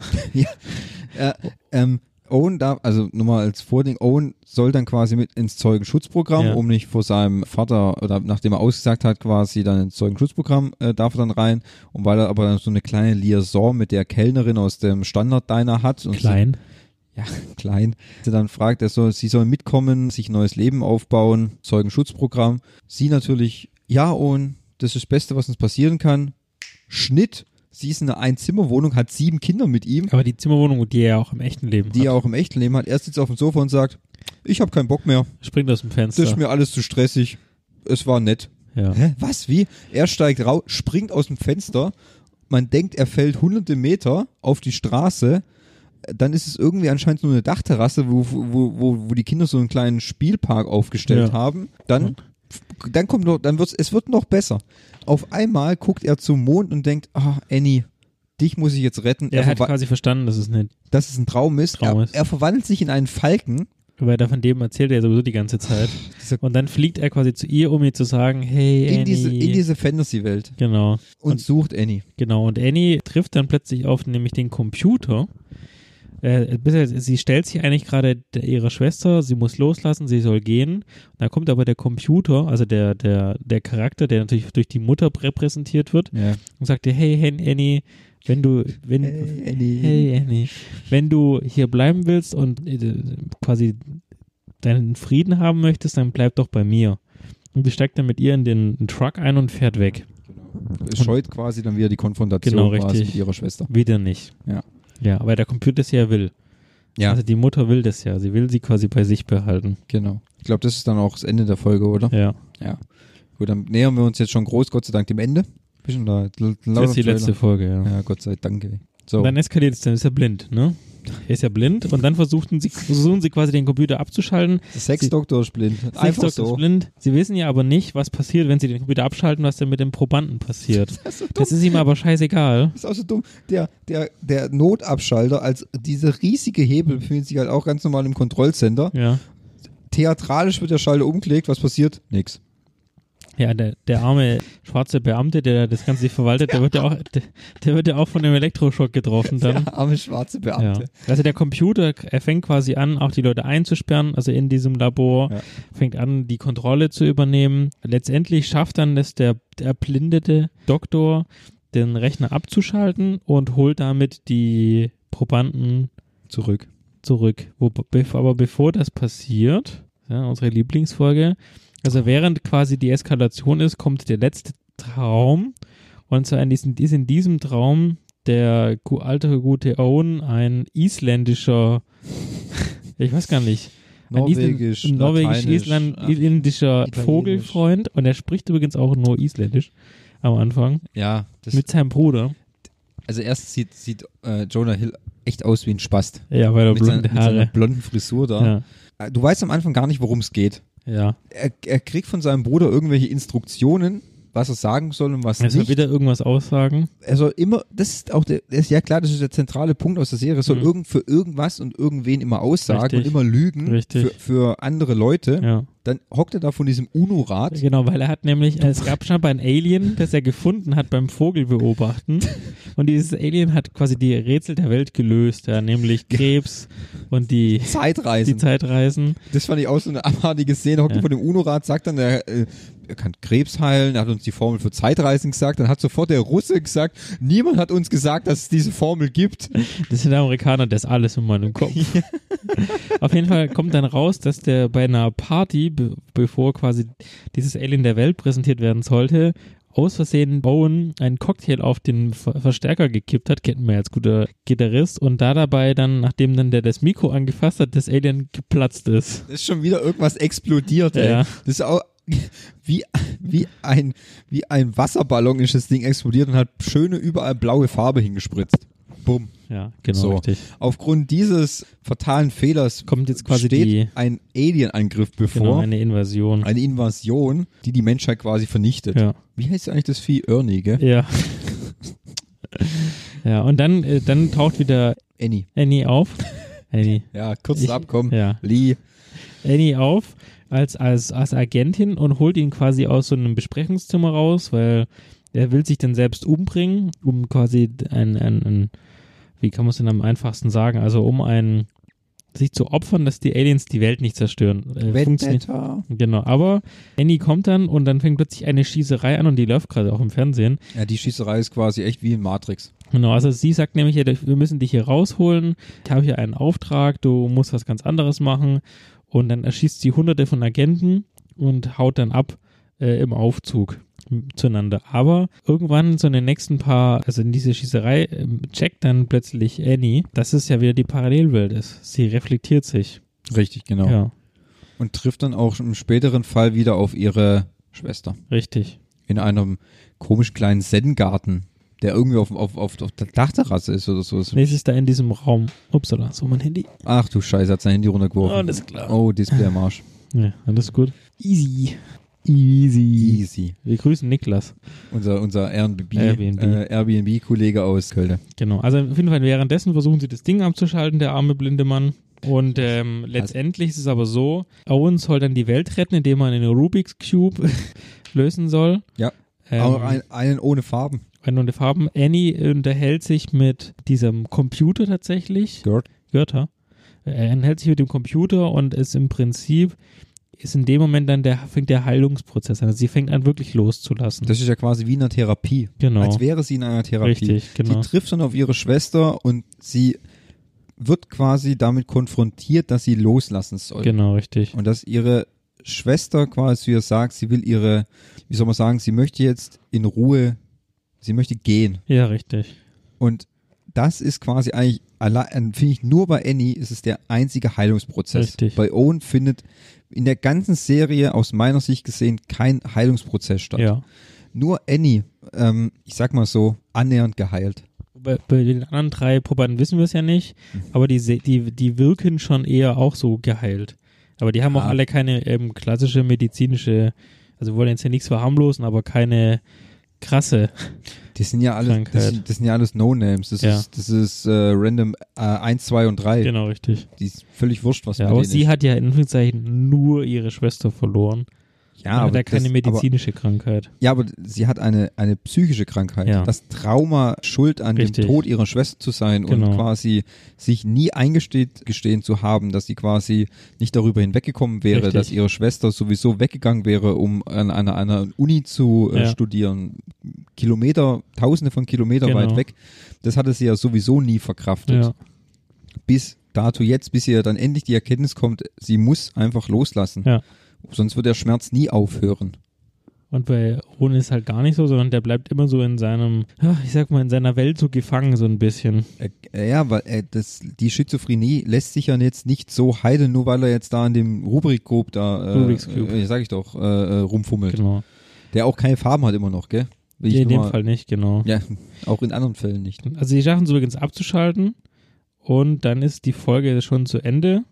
B: Äh, ähm, Owen darf, also nochmal als Vording, Owen soll dann quasi mit ins Zeugenschutzprogramm,
A: Ja.
B: um nicht vor seinem Vater, oder nachdem er ausgesagt hat, quasi dann ins Zeugenschutzprogramm äh, darf er dann rein. Und weil er aber dann so eine kleine Liaison mit der Kellnerin aus dem Standard-Diner hat und
A: Klein.
B: ja, klein. Sie dann fragt, er soll, sie soll mitkommen, sich ein neues Leben aufbauen, Zeugenschutzprogramm. Sie natürlich, ja, und das ist das Beste, was uns passieren kann. Schnitt. Sie ist in einer Einzimmerwohnung, hat sieben Kinder mit ihm,
A: Aber die Zimmerwohnung, die er ja auch im echten Leben
B: die er
A: hat,
B: auch im echten Leben hat. Er sitzt auf dem Sofa und sagt, ich habe keinen Bock mehr.
A: springt aus dem
B: Das ist
A: Fenster.
B: mir alles zu stressig. Es war nett.
A: Ja.
B: Hä? Was? Wie? Er steigt raus, springt aus dem Fenster. Man denkt, er fällt hunderte Meter auf die Straße. Dann ist es irgendwie anscheinend nur eine Dachterrasse, wo, wo, wo, wo die Kinder so einen kleinen Spielpark aufgestellt
A: Ja.
B: haben. Dann, dann kommt noch, dann wird's, es wird noch besser. Auf einmal guckt er zum Mond und denkt, ah, Annie, dich muss ich jetzt retten.
A: Er hat
B: verwa-
A: quasi verstanden, dass es eine
B: dass es ein Traum ist.
A: Traum
B: er,
A: ist.
B: er verwandelt sich in einen Falken.
A: Weil davon dem erzählt er ja sowieso die ganze Zeit.
B: Dieser-
A: Und dann fliegt er quasi zu ihr, um ihr zu sagen, hey, Annie.
B: In diese, in diese Fantasy-Welt
A: genau,
B: und,
A: Und-
B: sucht Annie.
A: genau. Und Annie trifft dann plötzlich auf nämlich den Computer. Äh, bisher- sie stellt sich eigentlich gerade der- ihrer Schwester, sie muss loslassen, sie soll gehen. Und dann kommt aber der Computer, also der, der, der Charakter, der natürlich durch die Mutter repräsentiert wird,
B: Ja.
A: und sagt dir, hey, hey, Annie, wenn du, wenn,
B: Hey, Annie.
A: hey, Annie, wenn du hier bleiben willst und äh, quasi deinen Frieden haben möchtest, dann bleib doch bei mir. Und die steigt dann mit ihr in den Truck ein und fährt weg.
B: Es scheut quasi dann wieder die Konfrontation
A: Genau,
B: quasi
A: richtig.
B: mit ihrer Schwester.
A: Wieder nicht.
B: Ja.
A: Ja, weil der Computer es ja will.
B: Ja,
A: Also die Mutter will das ja. Sie will sie quasi bei sich behalten.
B: genau. Ich glaube, das ist dann auch das Ende der Folge, oder?
A: Ja.
B: Gut, dann nähern wir uns jetzt schon groß, Gott sei Dank, dem Ende. Bisschen da, l- lauter
A: Das ist die
B: Genau Trailer.
A: letzte Folge, ja.
B: Ja, Gott sei Dank. Ey. So,
A: Und dann eskaliert es, dann ist er blind, ne? Er ist ja blind und dann versuchten sie, versuchen sie quasi den Computer abzuschalten.
B: Sexdoktor ist blind. Einfach
A: Sexdoktor
B: so.
A: ist blind. Sie wissen ja aber nicht, was passiert, wenn sie den Computer abschalten, was denn mit dem Probanden passiert.
B: Das ist so dumm.
A: Das ist ihm aber scheißegal.
B: Das ist auch so dumm. Der, der, der Notabschalter, als dieser riesige Hebel befindet sich halt auch ganz normal im Kontrollcenter.
A: Ja.
B: Theatralisch wird der Schalter umgelegt. Was passiert? Nix.
A: Ja, der, der arme schwarze Beamte, der da das Ganze sich verwaltet, der wird ja auch, der, der wird ja auch von dem Elektroschock getroffen dann.
B: Der arme schwarze
A: Ja.
B: Beamte.
A: Also der Computer, er fängt quasi an, auch die Leute einzusperren, also in diesem Labor,
B: Ja.
A: fängt an, die Kontrolle zu übernehmen. Letztendlich schafft dann das der erblindete Doktor, den Rechner abzuschalten und holt damit die Probanden
B: Zurück.
A: zurück. Wo, bev- aber bevor das passiert, ja, unsere Lieblingsfolge, also während quasi die Eskalation ist, kommt der letzte Traum. Und zwar in diesem, ist in diesem Traum der gu- alte gute Owen ein isländischer, ich weiß gar nicht, ein
B: Norwegisch,
A: Isl- norwegisch
B: Lateinisch,
A: Island,
B: ja.
A: isländischer
B: Italienisch.
A: Vogelfreund. Und er spricht übrigens auch nur isländisch am Anfang
B: Ja, das
A: mit seinem Bruder.
B: Also erst sieht, sieht äh, Jonah Hill echt aus wie ein Spast.
A: Ja, weil er
B: Mit, seinen,
A: blonde
B: mit seiner
A: Haare.
B: blonden Frisur da.
A: Ja,
B: Äh, Du weißt am Anfang gar nicht, worum es geht.
A: ja.
B: Er, er kriegt von seinem Bruder irgendwelche Instruktionen, was er sagen soll und was
A: Er soll
B: nicht.
A: wieder irgendwas aussagen.
B: er soll immer, das ist auch der, das ist ja klar, das ist der zentrale Punkt aus der Serie, er soll
A: Mhm.
B: irgend für irgendwas und irgendwen immer aussagen
A: Richtig.
B: und immer lügen
A: Richtig.
B: Für, für andere Leute.
A: Ja.
B: Dann hockt er da von diesem UNO-Rat.
A: Genau, weil er hat nämlich, es gab scheinbar ein Alien, das er gefunden hat beim Vogelbeobachten. Und dieses Alien hat quasi die Rätsel der Welt gelöst, ja, nämlich Krebs und die, die
B: Zeitreisen.
A: Zeitreisen.
B: Das fand ich auch so eine abartige Szene. Hockt
A: Ja.
B: vor dem UNO-Rat, sagt dann, er, äh, er kann Krebs heilen, er hat uns die Formel für Zeitreisen gesagt, dann hat sofort der Russe gesagt, niemand hat uns gesagt, dass es diese Formel gibt.
A: Das sind Amerikaner, das ist alles in meinem Kopf. Auf jeden Fall kommt dann raus, dass der bei einer Party, be bevor quasi dieses Alien der Welt präsentiert werden sollte, aus Versehen Bowen einen Cocktail auf den Ver- Verstärker gekippt hat, kennt man ja als guter Gitarrist, und da dabei dann, nachdem dann der das Mikro angefasst hat, das Alien geplatzt ist.
B: Das ist schon wieder irgendwas explodiert, ey.
A: Ja.
B: Das ist auch wie, wie, ein, wie ein Wasserballon ist das Ding explodiert und hat schöne überall blaue Farbe hingespritzt. Bumm.
A: Ja, genau,
B: So.
A: richtig.
B: Aufgrund dieses fatalen Fehlers
A: Kommt jetzt quasi
B: steht
A: die,
B: ein Alien-Angriff bevor.
A: genau, eine Invasion.
B: eine Invasion, die die Menschheit quasi vernichtet.
A: Ja.
B: Wie heißt eigentlich das Vieh? Ernie, gell?
A: Ja. ja, und dann, äh, dann taucht wieder
B: Annie.
A: Annie auf. Annie.
B: Ja, kurzes
A: Ich-
B: Abkommen.
A: Ja.
B: Lee.
A: Annie auf als, als, als Agentin und holt ihn quasi aus so einem Besprechungszimmer raus, weil er will sich dann selbst umbringen, um quasi ein, ein, ein wie kann man es denn am einfachsten sagen, also um ein, sich zu opfern, dass die Aliens die Welt nicht zerstören. Äh, funktioniert-
B: Vendetta.
A: Genau, aber Annie kommt dann und dann fängt plötzlich eine Schießerei an und die läuft gerade auch im Fernsehen.
B: Ja, die Schießerei ist quasi echt wie in Matrix.
A: Genau, also sie sagt nämlich, ja, wir müssen dich hier rausholen, ich habe hier einen Auftrag, du musst was ganz anderes machen. Und dann erschießt sie hunderte von Agenten und haut dann ab äh, im Aufzug m- zueinander. Aber irgendwann so in den nächsten paar, also in diese Schießerei, ähm, checkt dann plötzlich Annie, dass es ja wieder die Parallelwelt ist. Sie reflektiert sich.
B: Richtig, genau.
A: Ja,
B: Und trifft dann auch im späteren Fall wieder auf ihre Schwester.
A: richtig.
B: In einem komischen kleinen Zen-Garten, der irgendwie auf, auf, auf, auf der Dachterrasse ist oder so.
A: Nee, es ist da in diesem Raum. Upsala, so mein Handy.
B: Ach du Scheiße, hat sein Handy runtergeworfen.
A: Alles klar.
B: Oh, Display-Marsch.
A: Ja, alles gut.
B: Easy.
A: Easy.
B: Easy.
A: Wir grüßen Niklas.
B: Unser, unser Airbnb,
A: Airbnb.
B: Äh, Airbnb-Kollege aus Köln.
A: Genau, also auf jeden Fall währenddessen versuchen sie das Ding abzuschalten, der arme blinde Mann. Und ähm,
B: Also
A: letztendlich ist es aber so, Owen soll dann die Welt retten, indem man einen Rubik's Cube lösen soll.
B: Ja.
A: Ähm,
B: Auch ein, einen ohne Farben.
A: wenn und die Farben. Annie unterhält sich mit diesem Computer tatsächlich.
B: Gert.
A: Götter. Er unterhält sich mit dem Computer und ist im Prinzip, ist in dem Moment dann der, fängt der Heilungsprozess an. Also sie fängt an wirklich loszulassen.
B: Das ist ja quasi wie in einer Therapie.
A: genau.
B: Als wäre sie in einer Therapie.
A: Richtig, genau.
B: Sie trifft dann auf ihre Schwester und sie wird quasi damit konfrontiert, dass sie loslassen soll.
A: Genau, richtig.
B: Und dass ihre Schwester quasi zu ihr sagt, sie will ihre, wie soll man sagen, sie möchte jetzt in Ruhe, sie möchte gehen.
A: Ja, richtig.
B: Und das ist quasi eigentlich, allein, finde ich, nur bei Annie ist es der einzige Heilungsprozess.
A: Richtig.
B: Bei Owen findet in der ganzen Serie aus meiner Sicht gesehen kein Heilungsprozess statt.
A: Ja.
B: Nur Annie, ähm, ich sag mal so, annähernd geheilt.
A: Bei, bei den anderen drei Probanden wissen wir es ja nicht,
B: Mhm.
A: aber die, se- die, die wirken schon eher auch so geheilt. Aber die haben auch
B: Ah.
A: alle keine ähm, klassische medizinische, also wir wollen jetzt hier nichts verharmlosen, aber keine krasse.
B: Die sind ja alles,
A: Krankheit.
B: das, sind- das sind ja alles No-Names. Das
A: Ja.
B: ist, das ist äh, random äh, 1, 2 und 3.
A: Genau, richtig.
B: Die ist völlig wurscht, was
A: Ja,
B: mit
A: aber
B: denen
A: sie
B: ist.
A: hat ja in Anführungszeichen nur ihre Schwester verloren.
B: ja,
A: Ah, hat ja
B: das-
A: keine medizinische Krankheit.
B: Aber, ja, aber sie hat eine, eine psychische Krankheit.
A: Ja.
B: Das Trauma, schuld an
A: Richtig.
B: dem Tod ihrer Schwester zu sein
A: Genau.
B: und quasi sich nie eingesteht gestehen zu haben, dass sie quasi nicht darüber hinweggekommen wäre,
A: Richtig.
B: dass ihre Schwester sowieso weggegangen wäre, um an einer anderen Uni zu äh,
A: Ja.
B: studieren. Kilometer, tausende von Kilometer
A: Genau.
B: weit weg. Das hatte sie ja sowieso nie verkraftet.
A: Ja,
B: bis dato jetzt, bis ihr dann endlich die Erkenntnis kommt, sie muss einfach loslassen.
A: Ja.
B: Sonst wird der Schmerz nie aufhören.
A: Und bei Ron ist halt gar nicht so, sondern der bleibt immer so in seinem, ah, ich sag mal, in seiner Welt so gefangen, so ein bisschen.
B: Äh, äh, ja, weil äh, das, die Schizophrenie lässt sich ja jetzt nicht so heilen, nur weil er jetzt da in dem Rubrikgrupp da, äh,
A: Rubik's Cube.
B: äh, sag ich doch, äh, äh, rumfummelt.
A: Genau.
B: Der auch keine Farben hat immer noch, gell? Will ich
A: In
B: nur
A: dem
B: mal-
A: Fall nicht, genau.
B: Ja, auch in anderen Fällen nicht.
A: Also sie schaffen es übrigens abzuschalten und dann ist die Folge schon zu Ende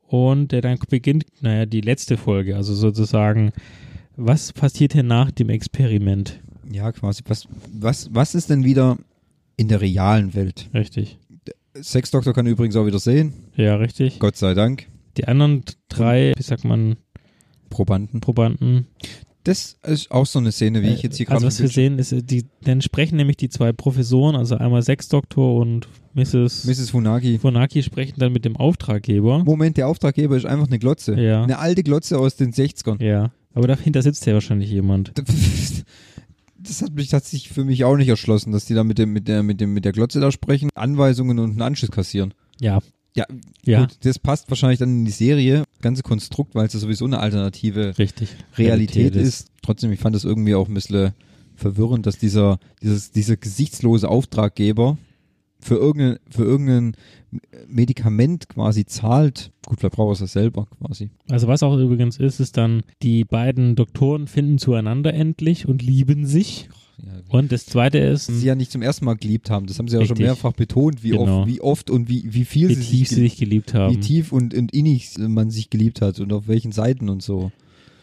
A: und äh, dann beginnt, naja, die letzte Folge, also sozusagen, was passiert hier nach dem Experiment?
B: Ja, quasi. Was, was, was ist denn wieder in der realen Welt?
A: Richtig.
B: Sexdoktor kann übrigens auch wieder sehen.
A: Ja, richtig.
B: Gott sei Dank.
A: Die anderen drei, wie sagt man,
B: Probanden.
A: Probanden,
B: Das ist auch so eine Szene, wie ich jetzt hier
A: also
B: gerade
A: was wir sehen, ist, äh, die, dann sprechen nämlich die zwei Professoren, also einmal Sexdoktor und Mrs.
B: Mrs. Funagi.
A: Funaki sprechen dann mit dem Auftraggeber.
B: Moment, der Auftraggeber ist einfach eine Glotze.
A: Ja.
B: Eine alte Glotze aus den 60ern.
A: Ja, aber dahinter sitzt ja wahrscheinlich jemand.
B: Das hat, mich, hat sich für mich auch nicht erschlossen, dass die da mit, dem, mit, der, mit, dem, mit der Glotze da sprechen, Anweisungen und einen Anschiss kassieren.
A: Ja.
B: Ja,
A: Ja,
B: Gut, das passt wahrscheinlich dann in die Serie, ganze Konstrukt, weil es ja sowieso eine alternative
A: richtig.
B: Realität ist. Trotzdem, ich fand das irgendwie auch ein bisschen verwirrend, dass dieser, dieses, dieser gesichtslose Auftraggeber für irgendein, für irgendein Medikament quasi zahlt. Gut, vielleicht braucht er es ja selber quasi.
A: Also was auch übrigens ist, ist dann, die beiden Doktoren finden zueinander endlich und lieben sich.
B: Ja, wie-
A: Und das zweite ist,
B: sie ja nicht zum ersten Mal geliebt haben. Das haben sie ja schon
A: Mhm. Richtig.
B: mehrfach betont, wie,
A: Genau.
B: oft, wie oft und wie, wie viel
A: wie
B: sie,
A: tief
B: sich,
A: sie sich geliebt
B: wie
A: haben.
B: tief und, und innig man sich geliebt hat und auf welchen Seiten und so.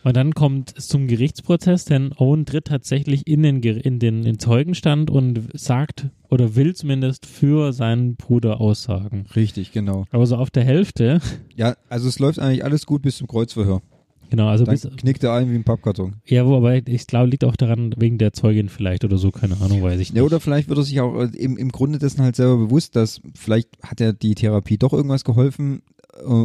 A: Und dann kommt es zum Gerichtsprozess, denn Owen tritt tatsächlich in den, Ger- in den in Zeugenstand und sagt oder will zumindest für seinen Bruder aussagen.
B: Richtig, genau.
A: Aber so auf der Hälfte,
B: Ja, also es läuft eigentlich alles gut bis zum Kreuzverhör.
A: genau, also
B: Dann
A: bis,
B: knickt er ein wie ein Pappkarton.
A: ja, wo, aber ich glaube, liegt auch daran, wegen der Zeugin vielleicht oder so, keine Ahnung, weiß ich nicht.
B: Ja, oder vielleicht wird er sich auch äh, im, im Grunde dessen halt selber bewusst, dass vielleicht hat ja die Therapie doch irgendwas geholfen, äh,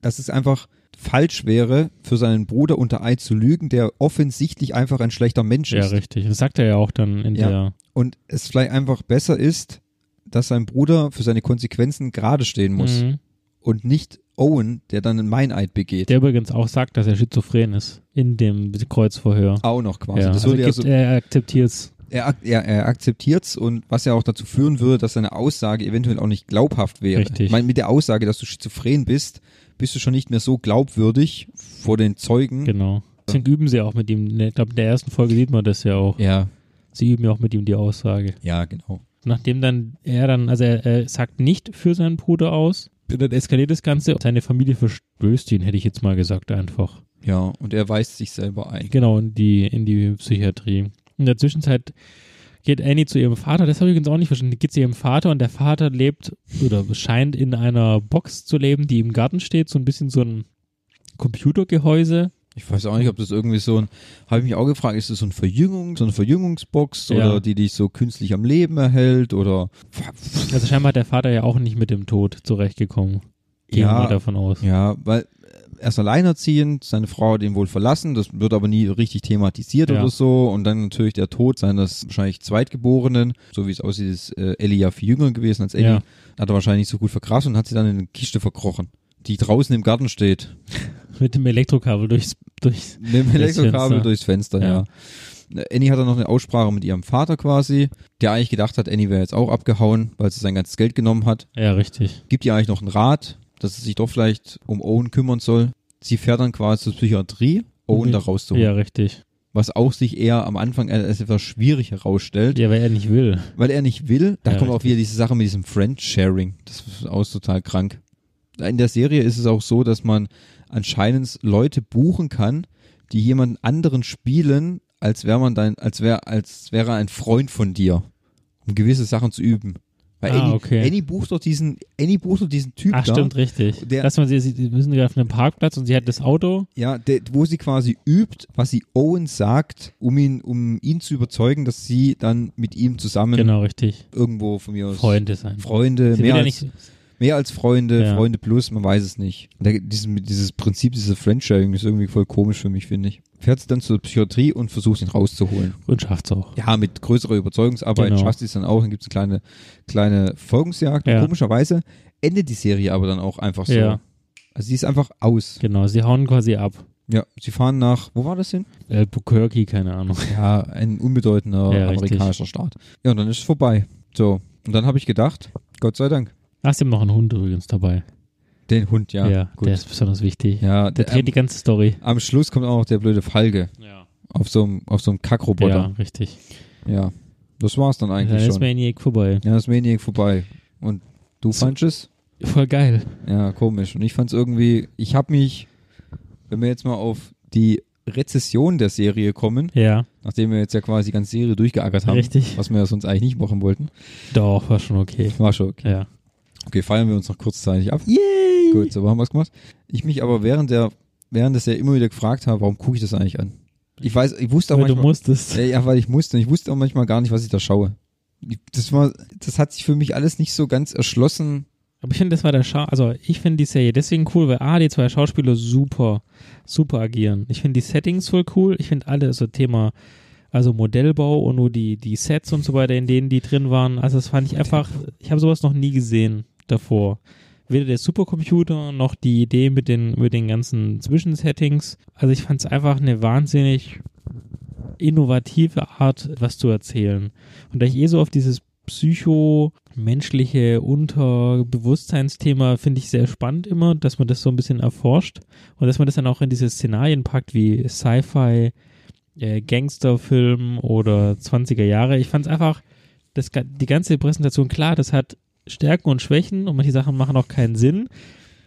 B: dass es einfach falsch wäre, für seinen Bruder unter Eid zu lügen, der offensichtlich einfach ein schlechter Mensch
A: ja,
B: ist.
A: richtig. Das sagt er ja auch dann in
B: Ja.
A: der,
B: und es vielleicht einfach besser ist, dass sein Bruder für seine Konsequenzen gerade stehen muss
A: Mhm.
B: und nicht Owen, der dann ein Meineid begeht.
A: der übrigens auch sagt, dass er schizophren ist in dem Kreuzverhör.
B: auch noch quasi.
A: ja,
B: Das
A: also
B: würde
A: gibt,
B: ja so,
A: er akzeptiert es.
B: er, ak- er, er akzeptiert's und was ja auch dazu führen würde, dass seine Aussage eventuell auch nicht glaubhaft wäre.
A: Richtig.
B: Ich meine, mit der Aussage, dass du schizophren bist, bist du schon nicht mehr so glaubwürdig vor den Zeugen.
A: Genau. Deswegen üben sie auch mit ihm. ne, Ich glaube, in der ersten Folge sieht man das ja auch.
B: Ja,
A: Sie üben ja auch mit ihm die Aussage.
B: ja, genau.
A: Nachdem dann er dann, also er, er sagt nicht für seinen Bruder aus, dann eskaliert das Ganze. Seine Familie verstößt ihn, hätte ich jetzt mal gesagt, einfach.
B: Ja, und er weist sich selber ein.
A: Genau, in die, in die Psychiatrie. In der Zwischenzeit geht Annie zu ihrem Vater, das habe ich übrigens auch nicht verstanden, geht zu ihrem Vater und der Vater lebt oder scheint in einer Box zu leben, die im Garten steht, so ein bisschen so ein Computergehäuse.
B: Ich weiß auch nicht, ob das irgendwie so ein, habe ich mich auch gefragt, ist das so, ein Verjüngung, so eine Verjüngungsbox
A: Ja.
B: oder die dich so künstlich am Leben erhält oder
A: Also scheinbar hat der Vater ja auch nicht mit dem Tod zurechtgekommen. Gehen wir
B: Ja.
A: mal davon aus.
B: ja, weil äh, er ist alleinerziehend, seine Frau hat ihn wohl verlassen, das wird aber nie richtig thematisiert
A: Ja.
B: oder so und dann natürlich der Tod seines wahrscheinlich Zweitgeborenen, so wie es aussieht, ist äh, Ellie ja viel jünger gewesen als Ellie,
A: Ja.
B: hat er wahrscheinlich nicht so gut verkraftet und hat sie dann in eine Kiste verkrochen, die draußen im Garten steht.
A: Mit dem Elektrokabel durchs, durchs
B: Mit dem
A: Fenster.
B: Elektrokabel durchs Fenster,
A: Ja.
B: ja. Äh, Annie hatte noch eine Aussprache mit ihrem Vater quasi, der eigentlich gedacht hat, Annie wäre jetzt auch abgehauen, weil sie sein ganzes Geld genommen hat.
A: Ja, richtig.
B: Gibt ihr eigentlich noch einen Rat, dass sie sich doch vielleicht um Owen kümmern soll. Sie fährt dann quasi zur Psychiatrie, Owen
A: Mhm.
B: da rauszuholen.
A: Ja, richtig.
B: Was auch sich eher am Anfang als etwas schwierig herausstellt,
A: Ja, weil er nicht will.
B: weil er nicht will. Da
A: Ja,
B: kommt auch
A: richtig.
B: wieder diese Sache mit diesem Friend-Sharing. Das ist auch total krank. In der Serie ist es auch so, dass man anscheinend Leute buchen kann, die jemand anderen spielen, als wäre man dein, als wäre, als wäre er ein Freund von dir, um gewisse Sachen zu üben. Weil
A: Ah,
B: Annie,
A: okay.
B: Annie bucht doch diesen, Annie bucht doch diesen Typ
A: Ach,
B: da,
A: stimmt, richtig.
B: Der-
A: Dass man sie, sie sie müssen gerade auf einem Parkplatz und sie hat das Auto.
B: ja, der, wo sie quasi übt, was sie Owen sagt, um ihn, um ihn zu überzeugen, dass sie dann mit ihm zusammen
A: Genau, richtig.
B: irgendwo von mir aus
A: Freunde sein.
B: Freunde,
A: Sie will
B: mehr
A: ja
B: als,
A: nicht,
B: Mehr als Freunde,
A: Ja.
B: Freunde plus, man weiß es nicht. Da, dieses, dieses Prinzip, dieses Friendsharing ist irgendwie voll komisch für mich, finde ich. Fährt sie dann zur Psychiatrie und versucht ihn rauszuholen.
A: und schafft's auch.
B: Ja, mit größerer Überzeugungsarbeit
A: Genau.
B: schafft sie es dann auch. Dann gibt es eine kleine, kleine Folgungsjagd.
A: Ja.
B: Und komischerweise endet die Serie aber dann auch einfach so.
A: Ja.
B: Also sie ist einfach aus.
A: Genau, sie hauen quasi ab.
B: Ja, sie fahren nach, wo war das hin?
A: Albuquerque, keine Ahnung.
B: Ja, ein unbedeutender
A: Ja, richtig.
B: amerikanischer Staat. Ja, und dann ist es vorbei. So, und dann habe ich gedacht, Gott sei Dank.
A: Ach, sie haben noch einen Hund übrigens dabei.
B: Den Hund, ja. gut.
A: der ist besonders wichtig.
B: ja, ähm,
A: Der
B: der,
A: dreht die ganze Story.
B: Am Schluss kommt auch noch der blöde Falke
A: Ja.
B: auf so einem, auf so einem Kackroboter.
A: richtig.
B: Ja. Das war's dann
A: Dann
B: eigentlich
A: ist
B: schon.
A: Maniac vorbei.
B: Ja, das Maniac vorbei. Und du
A: So-
B: fandst es?
A: Voll geil.
B: Ja, komisch. Und ich fand's irgendwie, ich habe mich, wenn wir jetzt mal auf die Rezession der Serie kommen,
A: Ja,
B: nachdem wir jetzt ja quasi die ganze Serie durchgeackert haben,
A: richtig.
B: was wir ja sonst eigentlich nicht machen wollten,
A: Doch, war schon okay.
B: war schon okay.
A: Ja.
B: Okay, feiern wir uns noch kurzzeitig ab. Yay! Gut, so haben wir's gemacht. Ich mich aber während der, während des ja immer wieder gefragt habe, warum gucke ich das eigentlich an? Ich weiß, ich wusste auch
A: Weil du
B: manchmal,
A: musstest.
B: Ja, ja, weil ich musste. Ich wusste auch manchmal gar nicht, was ich da schaue. Ich- Das war, das hat sich für mich alles nicht so ganz erschlossen.
A: Aber ich finde, das war der Scha also ich finde die Serie deswegen cool, weil A, die zwei Schauspieler super, super agieren. Ich finde die Settings voll cool. Ich finde alle so Thema, also Modellbau und nur die, die Sets und so weiter, in denen die drin waren. Also das fand ich einfach, ich habe sowas noch nie gesehen davor. Weder der Supercomputer noch die Idee mit den, mit den ganzen Zwischensettings. Also ich fand es einfach eine wahnsinnig innovative Art, was zu erzählen. Und da ich eh so auf dieses psychomenschliche Unterbewusstseinsthema finde ich sehr spannend immer, dass man das so ein bisschen erforscht und dass man das dann auch in diese Szenarien packt wie Sci-Fi, äh, Gangsterfilm oder 20er Jahre. Ich fand es einfach, das, ga- die ganze Präsentation, klar, das hat Stärken und Schwächen und manche Sachen machen auch keinen Sinn,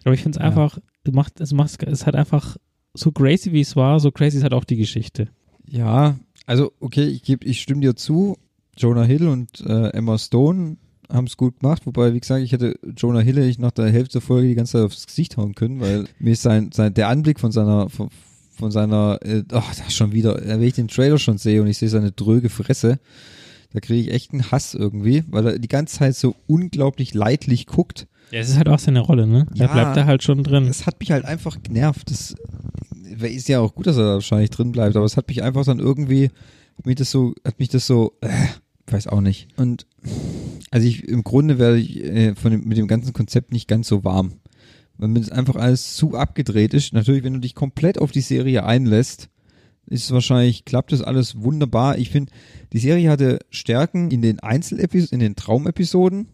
A: aber ich finde es
B: Ja.
A: einfach, macht, es, macht, es hat einfach so crazy wie es war, so crazy ist halt auch die Geschichte.
B: Ja, also okay, ich, geb, ich stimme dir zu. Jonah Hill und äh, Emma Stone haben es gut gemacht, wobei, wie gesagt, ich hätte Jonah Hill hätte ich nach der Hälfte der Folge die ganze Zeit aufs Gesicht hauen können, weil mir ist sein, sein der Anblick von seiner von, von seiner äh, ach, das schon wieder, äh, wenn ich den Trailer schon sehe und ich sehe seine dröge Fresse, da kriege ich echt einen Hass irgendwie, weil er die ganze Zeit so unglaublich leidlich guckt.
A: Ja, es ist halt auch seine Rolle, ne? Er
B: Ja.
A: bleibt da halt schon drin.
B: Das hat mich halt einfach genervt. Das äh, ist ja auch gut, dass er da wahrscheinlich drin bleibt, aber es hat mich einfach dann irgendwie, hat mich das so, hat mich das so, äh, weiß auch nicht. Und also ich im Grunde werde ich äh, von dem, mit dem ganzen Konzept nicht ganz so warm. Weil mir das einfach alles zu abgedreht ist. Natürlich, wenn du dich komplett auf die Serie einlässt, ist es wahrscheinlich, klappt das alles wunderbar. Ich finde, die Serie hatte Stärken in den Einzelepisoden, in den Traumepisoden.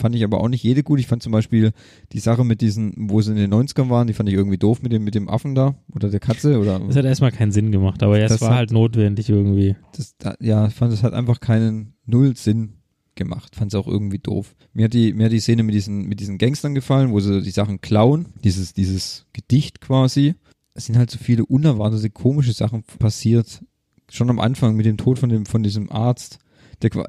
B: Fand ich aber auch nicht jede gut. Ich fand zum Beispiel die Sache mit diesen, wo sie in den 90ern waren, die fand ich irgendwie doof mit dem, mit dem Affen da oder der Katze oder
A: Es hat erstmal keinen Sinn gemacht, aber ja, es
B: Das
A: war
B: hat-
A: halt notwendig irgendwie.
B: das, da, ja, ich fand, es hat einfach keinen Null Sinn gemacht. Fand es auch irgendwie doof. Mir hat die, mir hat die Szene mit diesen, mit diesen Gangstern gefallen, wo sie die Sachen klauen. Dieses, dieses Gedicht quasi. Es sind halt so viele unerwartete, komische Sachen passiert. Schon am Anfang mit dem Tod von dem, von diesem Arzt. Der, qua-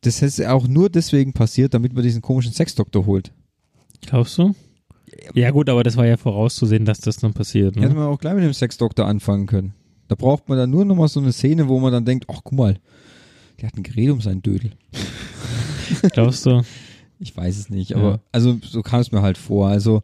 B: das ist auch nur deswegen passiert, damit man diesen komischen Sexdoktor holt.
A: Glaubst du? Ja gut, aber das war ja vorauszusehen, dass das dann passiert.
B: Hätte
A: Ne?
B: man auch gleich mit dem Sexdoktor anfangen können. Da braucht man dann nur nochmal so eine Szene, wo man dann denkt, ach guck mal, der hat ein Gerät um seinen Dödel.
A: Glaubst du?
B: Ich weiß es nicht,
A: Ja.
B: aber also so kam es mir halt vor. Also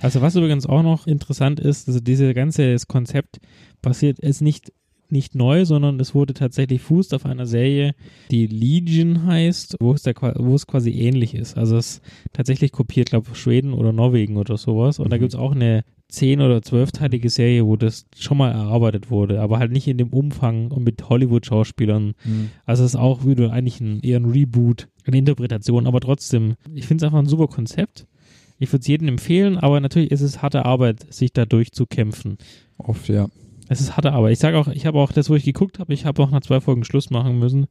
A: Also was übrigens auch noch interessant ist, also dieses ganze das Konzept passiert ist nicht nicht neu, sondern es wurde tatsächlich fußt auf einer Serie, die Legion heißt, wo es, der, qua- wo es quasi ähnlich ist. Also es ist tatsächlich kopiert, glaube ich, Schweden oder Norwegen oder sowas. Und da gibt es auch eine zehn- oder zwölfteilige Serie, wo das schon mal erarbeitet wurde, aber halt nicht in dem Umfang und mit Hollywood-Schauspielern
B: Hm.
A: Also es ist auch wieder eigentlich ein, eher ein Reboot, eine Interpretation, aber trotzdem, ich finde es einfach ein super Konzept. Ich würde es jedem empfehlen, aber natürlich ist es harte Arbeit, sich da durchzukämpfen.
B: oft ja.
A: Es ist harte Arbeit. Ich sage auch, ich habe auch das, wo ich geguckt habe, ich habe auch nach zwei Folgen Schluss machen müssen,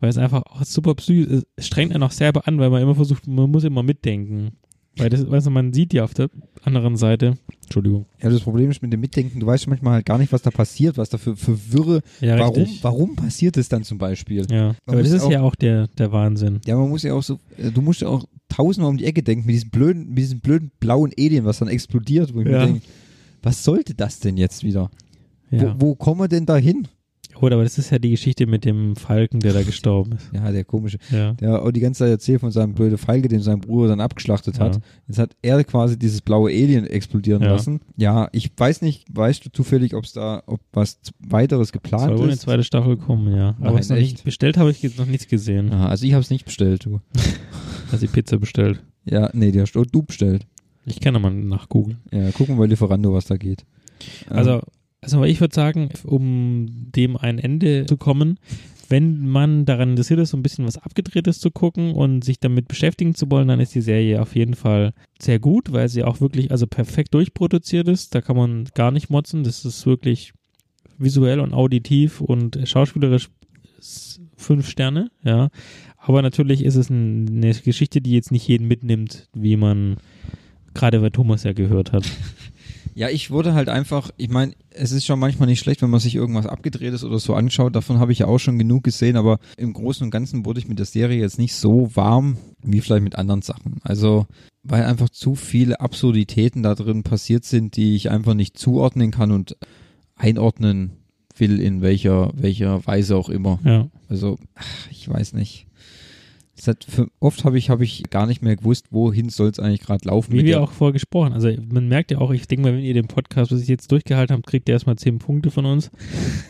A: weil es einfach auch super psychisch ist. Es strengt einen auch selber an, weil man immer versucht, man muss immer mitdenken. Weil das, weißt du, man sieht ja auf der anderen Seite. Entschuldigung.
B: Ja, das Problem ist mit dem Mitdenken, du weißt manchmal halt gar nicht, was da passiert, was da für, für Wirre,
A: Ja,
B: warum,
A: richtig.
B: warum passiert es dann zum Beispiel?
A: Ja. Aber das
B: muss
A: ist
B: auch-
A: ja auch der, der Wahnsinn.
B: Ja, man muss ja auch so, äh, du musst ja auch tausendmal um die Ecke denken mit diesem blöden, mit diesem blöden blauen Alien, was dann explodiert, wo ich
A: Ja.
B: mir denke, was sollte das denn jetzt wieder?
A: Ja.
B: Wo, wo kommen wir denn da hin?
A: Oder aber das ist ja die Geschichte mit dem Falken, der da gestorben ist.
B: Ja, der komische,
A: Ja.
B: der auch die ganze Zeit erzählt von seinem blöden Falke, den sein Bruder dann abgeschlachtet
A: Ja.
B: hat. Jetzt hat er quasi dieses blaue Alien explodieren
A: Ja.
B: lassen. Ja, ich weiß nicht, weißt du zufällig, ob es da, ob was z- weiteres
A: Soll
B: geplant
A: wohl eine
B: ist?
A: zweite Staffel kommen, ja. Aber
B: Nein,
A: ist noch nicht
B: echt?
A: bestellt habe ich jetzt noch nichts gesehen,
B: Aha, also ich habe es nicht bestellt, du.
A: dass die Pizza bestellt.
B: Ja, nee, die hast auch du bestellt.
A: Ich kann da mal nachgoogeln.
B: Ja, gucken wir bei Lieferando, was da geht. Ähm,
A: Also, also ich würde sagen, um dem ein Ende zu kommen, wenn man daran interessiert ist, so ein bisschen was Abgedrehtes zu gucken und sich damit beschäftigen zu wollen, dann ist die Serie auf jeden Fall sehr gut, weil sie auch wirklich also perfekt durchproduziert ist. Da kann man gar nicht motzen. Das ist wirklich visuell und auditiv und schauspielerisch s- fünf Sterne, ja. Aber natürlich ist es ein, eine Geschichte, die jetzt nicht jeden mitnimmt, wie man gerade bei Thomas ja gehört hat.
B: Ja, ich wurde halt einfach, ich meine, es ist schon manchmal nicht schlecht, wenn man sich irgendwas abgedrehtes oder so anschaut. Davon habe ich ja auch schon genug gesehen, aber im Großen und Ganzen wurde ich mit der Serie jetzt nicht so warm wie vielleicht mit anderen Sachen. Also, weil einfach zu viele Absurditäten da drin passiert sind, die ich einfach nicht zuordnen kann und einordnen will, in welcher, welcher Weise auch immer.
A: Ja.
B: Also, ach, ich weiß nicht. Es hat, für, oft habe ich, habe ich gar nicht mehr gewusst, wohin soll es eigentlich gerade laufen.
A: Wie
B: mit
A: wir
B: der-
A: auch vorher gesprochen. Also man merkt ja auch, ich denke mal, wenn ihr den Podcast, was ich jetzt durchgehalten habe, kriegt ihr erstmal 10 Punkte von uns.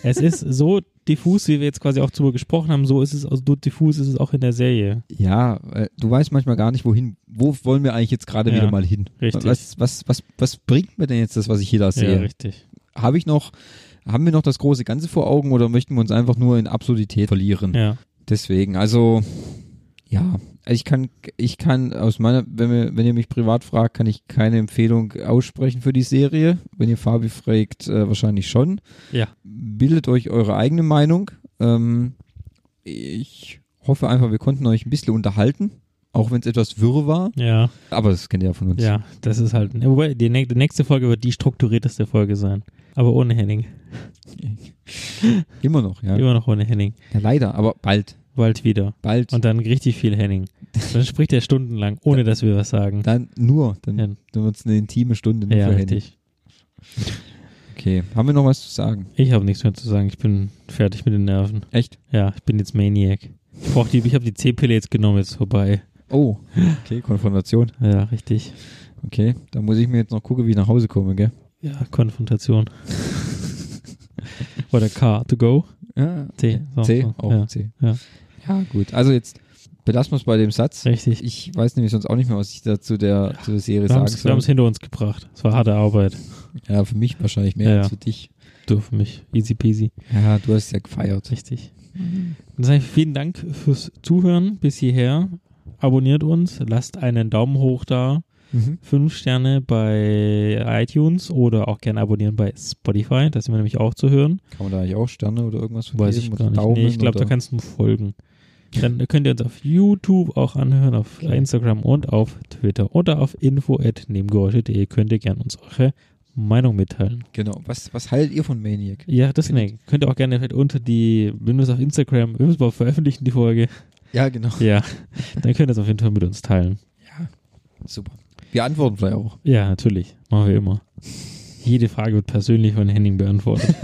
A: es ist so diffus, wie wir jetzt quasi auch drüber gesprochen haben, so ist es, also so diffus ist es auch in der Serie.
B: Ja, weil du weißt manchmal gar nicht, wohin, wo wollen wir eigentlich jetzt gerade
A: Ja,
B: wieder mal hin?
A: richtig.
B: Was, was, was, was bringt mir denn jetzt das, was ich hier da
A: Ja,
B: sehe?
A: richtig.
B: Habe ich noch, Haben wir noch das große Ganze vor Augen oder möchten wir uns einfach nur in Absurdität verlieren?
A: Ja.
B: Deswegen, also ja, also ich kann, ich kann aus meiner, wenn, wir, wenn ihr mich privat fragt, kann ich keine Empfehlung aussprechen für die Serie. Wenn ihr Fabi fragt, äh, wahrscheinlich schon.
A: Ja.
B: Bildet euch eure eigene Meinung. Ähm, ich hoffe einfach, wir konnten euch ein bisschen unterhalten, auch wenn es etwas wirr war.
A: Ja,
B: Aber das kennt ihr ja von uns.
A: ja, das ist halt. Wobei, die, nä- die nächste Folge wird die strukturierteste Folge sein. Aber ohne Henning.
B: Immer noch, ja.
A: Immer noch ohne Henning.
B: ja. Leider, aber bald.
A: Bald wieder.
B: Bald.
A: Und dann richtig viel Henning. Dann spricht er stundenlang, ohne dass wir was sagen.
B: dann nur, dann,
A: Ja.
B: dann wird es eine intime Stunde nur
A: Ja,
B: für Henning.
A: richtig.
B: Okay, haben wir noch was zu sagen?
A: Ich habe nichts mehr zu sagen. Ich bin fertig mit den Nerven.
B: Echt?
A: Ja, ich bin jetzt Maniac. Ich brauch die, ich habe die C-Pille jetzt genommen, jetzt vorbei.
B: Oh, okay, Konfrontation.
A: Ja, richtig.
B: Okay, da muss ich mir jetzt noch gucken, wie ich nach Hause komme, gell?
A: Ja, Konfrontation. Oder Car to go.
B: Ja,
A: C. So,
B: C, Oh.
A: so.
B: auch
A: ja.
B: C.
A: Ja.
B: ja, gut. Also jetzt belassen wir es bei dem Satz.
A: Richtig.
B: Ich weiß nämlich sonst auch nicht mehr, was ich da zu der, zu der Serie
A: Wir
B: sagen
A: haben es
B: soll.
A: hinter uns gebracht. Es war harte Arbeit.
B: Ja, für mich wahrscheinlich mehr
A: Ja,
B: als
A: ja.
B: für dich.
A: Du für mich. Easy peasy.
B: Ja, du hast ja gefeiert.
A: Richtig. Dann sage ich vielen Dank fürs Zuhören bis hierher. Abonniert uns, lasst einen Daumen hoch da.
B: Mhm.
A: Fünf Sterne bei iTunes oder auch gerne abonnieren bei Spotify. Da sind wir nämlich auch zu hören.
B: Kann man da eigentlich auch Sterne oder irgendwas
A: Weiß ich
B: vergeben
A: gar
B: oder
A: nicht.
B: Daumen
A: Nee, ich glaube, da
B: oder-
A: kannst du folgen. Dann könnt ihr uns auf YouTube auch anhören, auf
B: Okay.
A: Instagram und auf Twitter oder auf info.nebengeräusche.de könnt ihr gerne uns eure Meinung mitteilen.
B: Genau. Was, was haltet ihr von Maniac?
A: Ja, das nee. Könnt ihr auch gerne vielleicht unter die, wenn wir es auf Instagram, wenn wir es überhaupt veröffentlichen, die Folge,
B: Ja, genau.
A: ja, dann könnt ihr es auf jeden Fall mit uns teilen.
B: Super. Wir antworten vielleicht auch.
A: Ja, natürlich. Machen wir immer. Jede Frage wird persönlich von Henning beantwortet.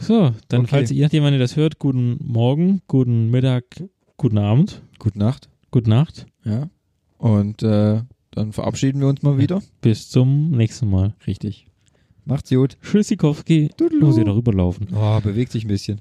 A: so, dann
B: Okay.
A: falls ihr nachdem, wann ihr das hört, guten Morgen, guten Mittag, guten Abend,
B: Gute Nacht.
A: gute Nacht.
B: Ja. Und äh, dann verabschieden wir uns mal wieder.
A: Bis zum nächsten Mal.
B: Richtig. Macht's gut.
A: Tschüssikowski.
B: Tudelum.
A: Muss ich noch rüberlaufen.
B: Oh, bewegt sich ein bisschen.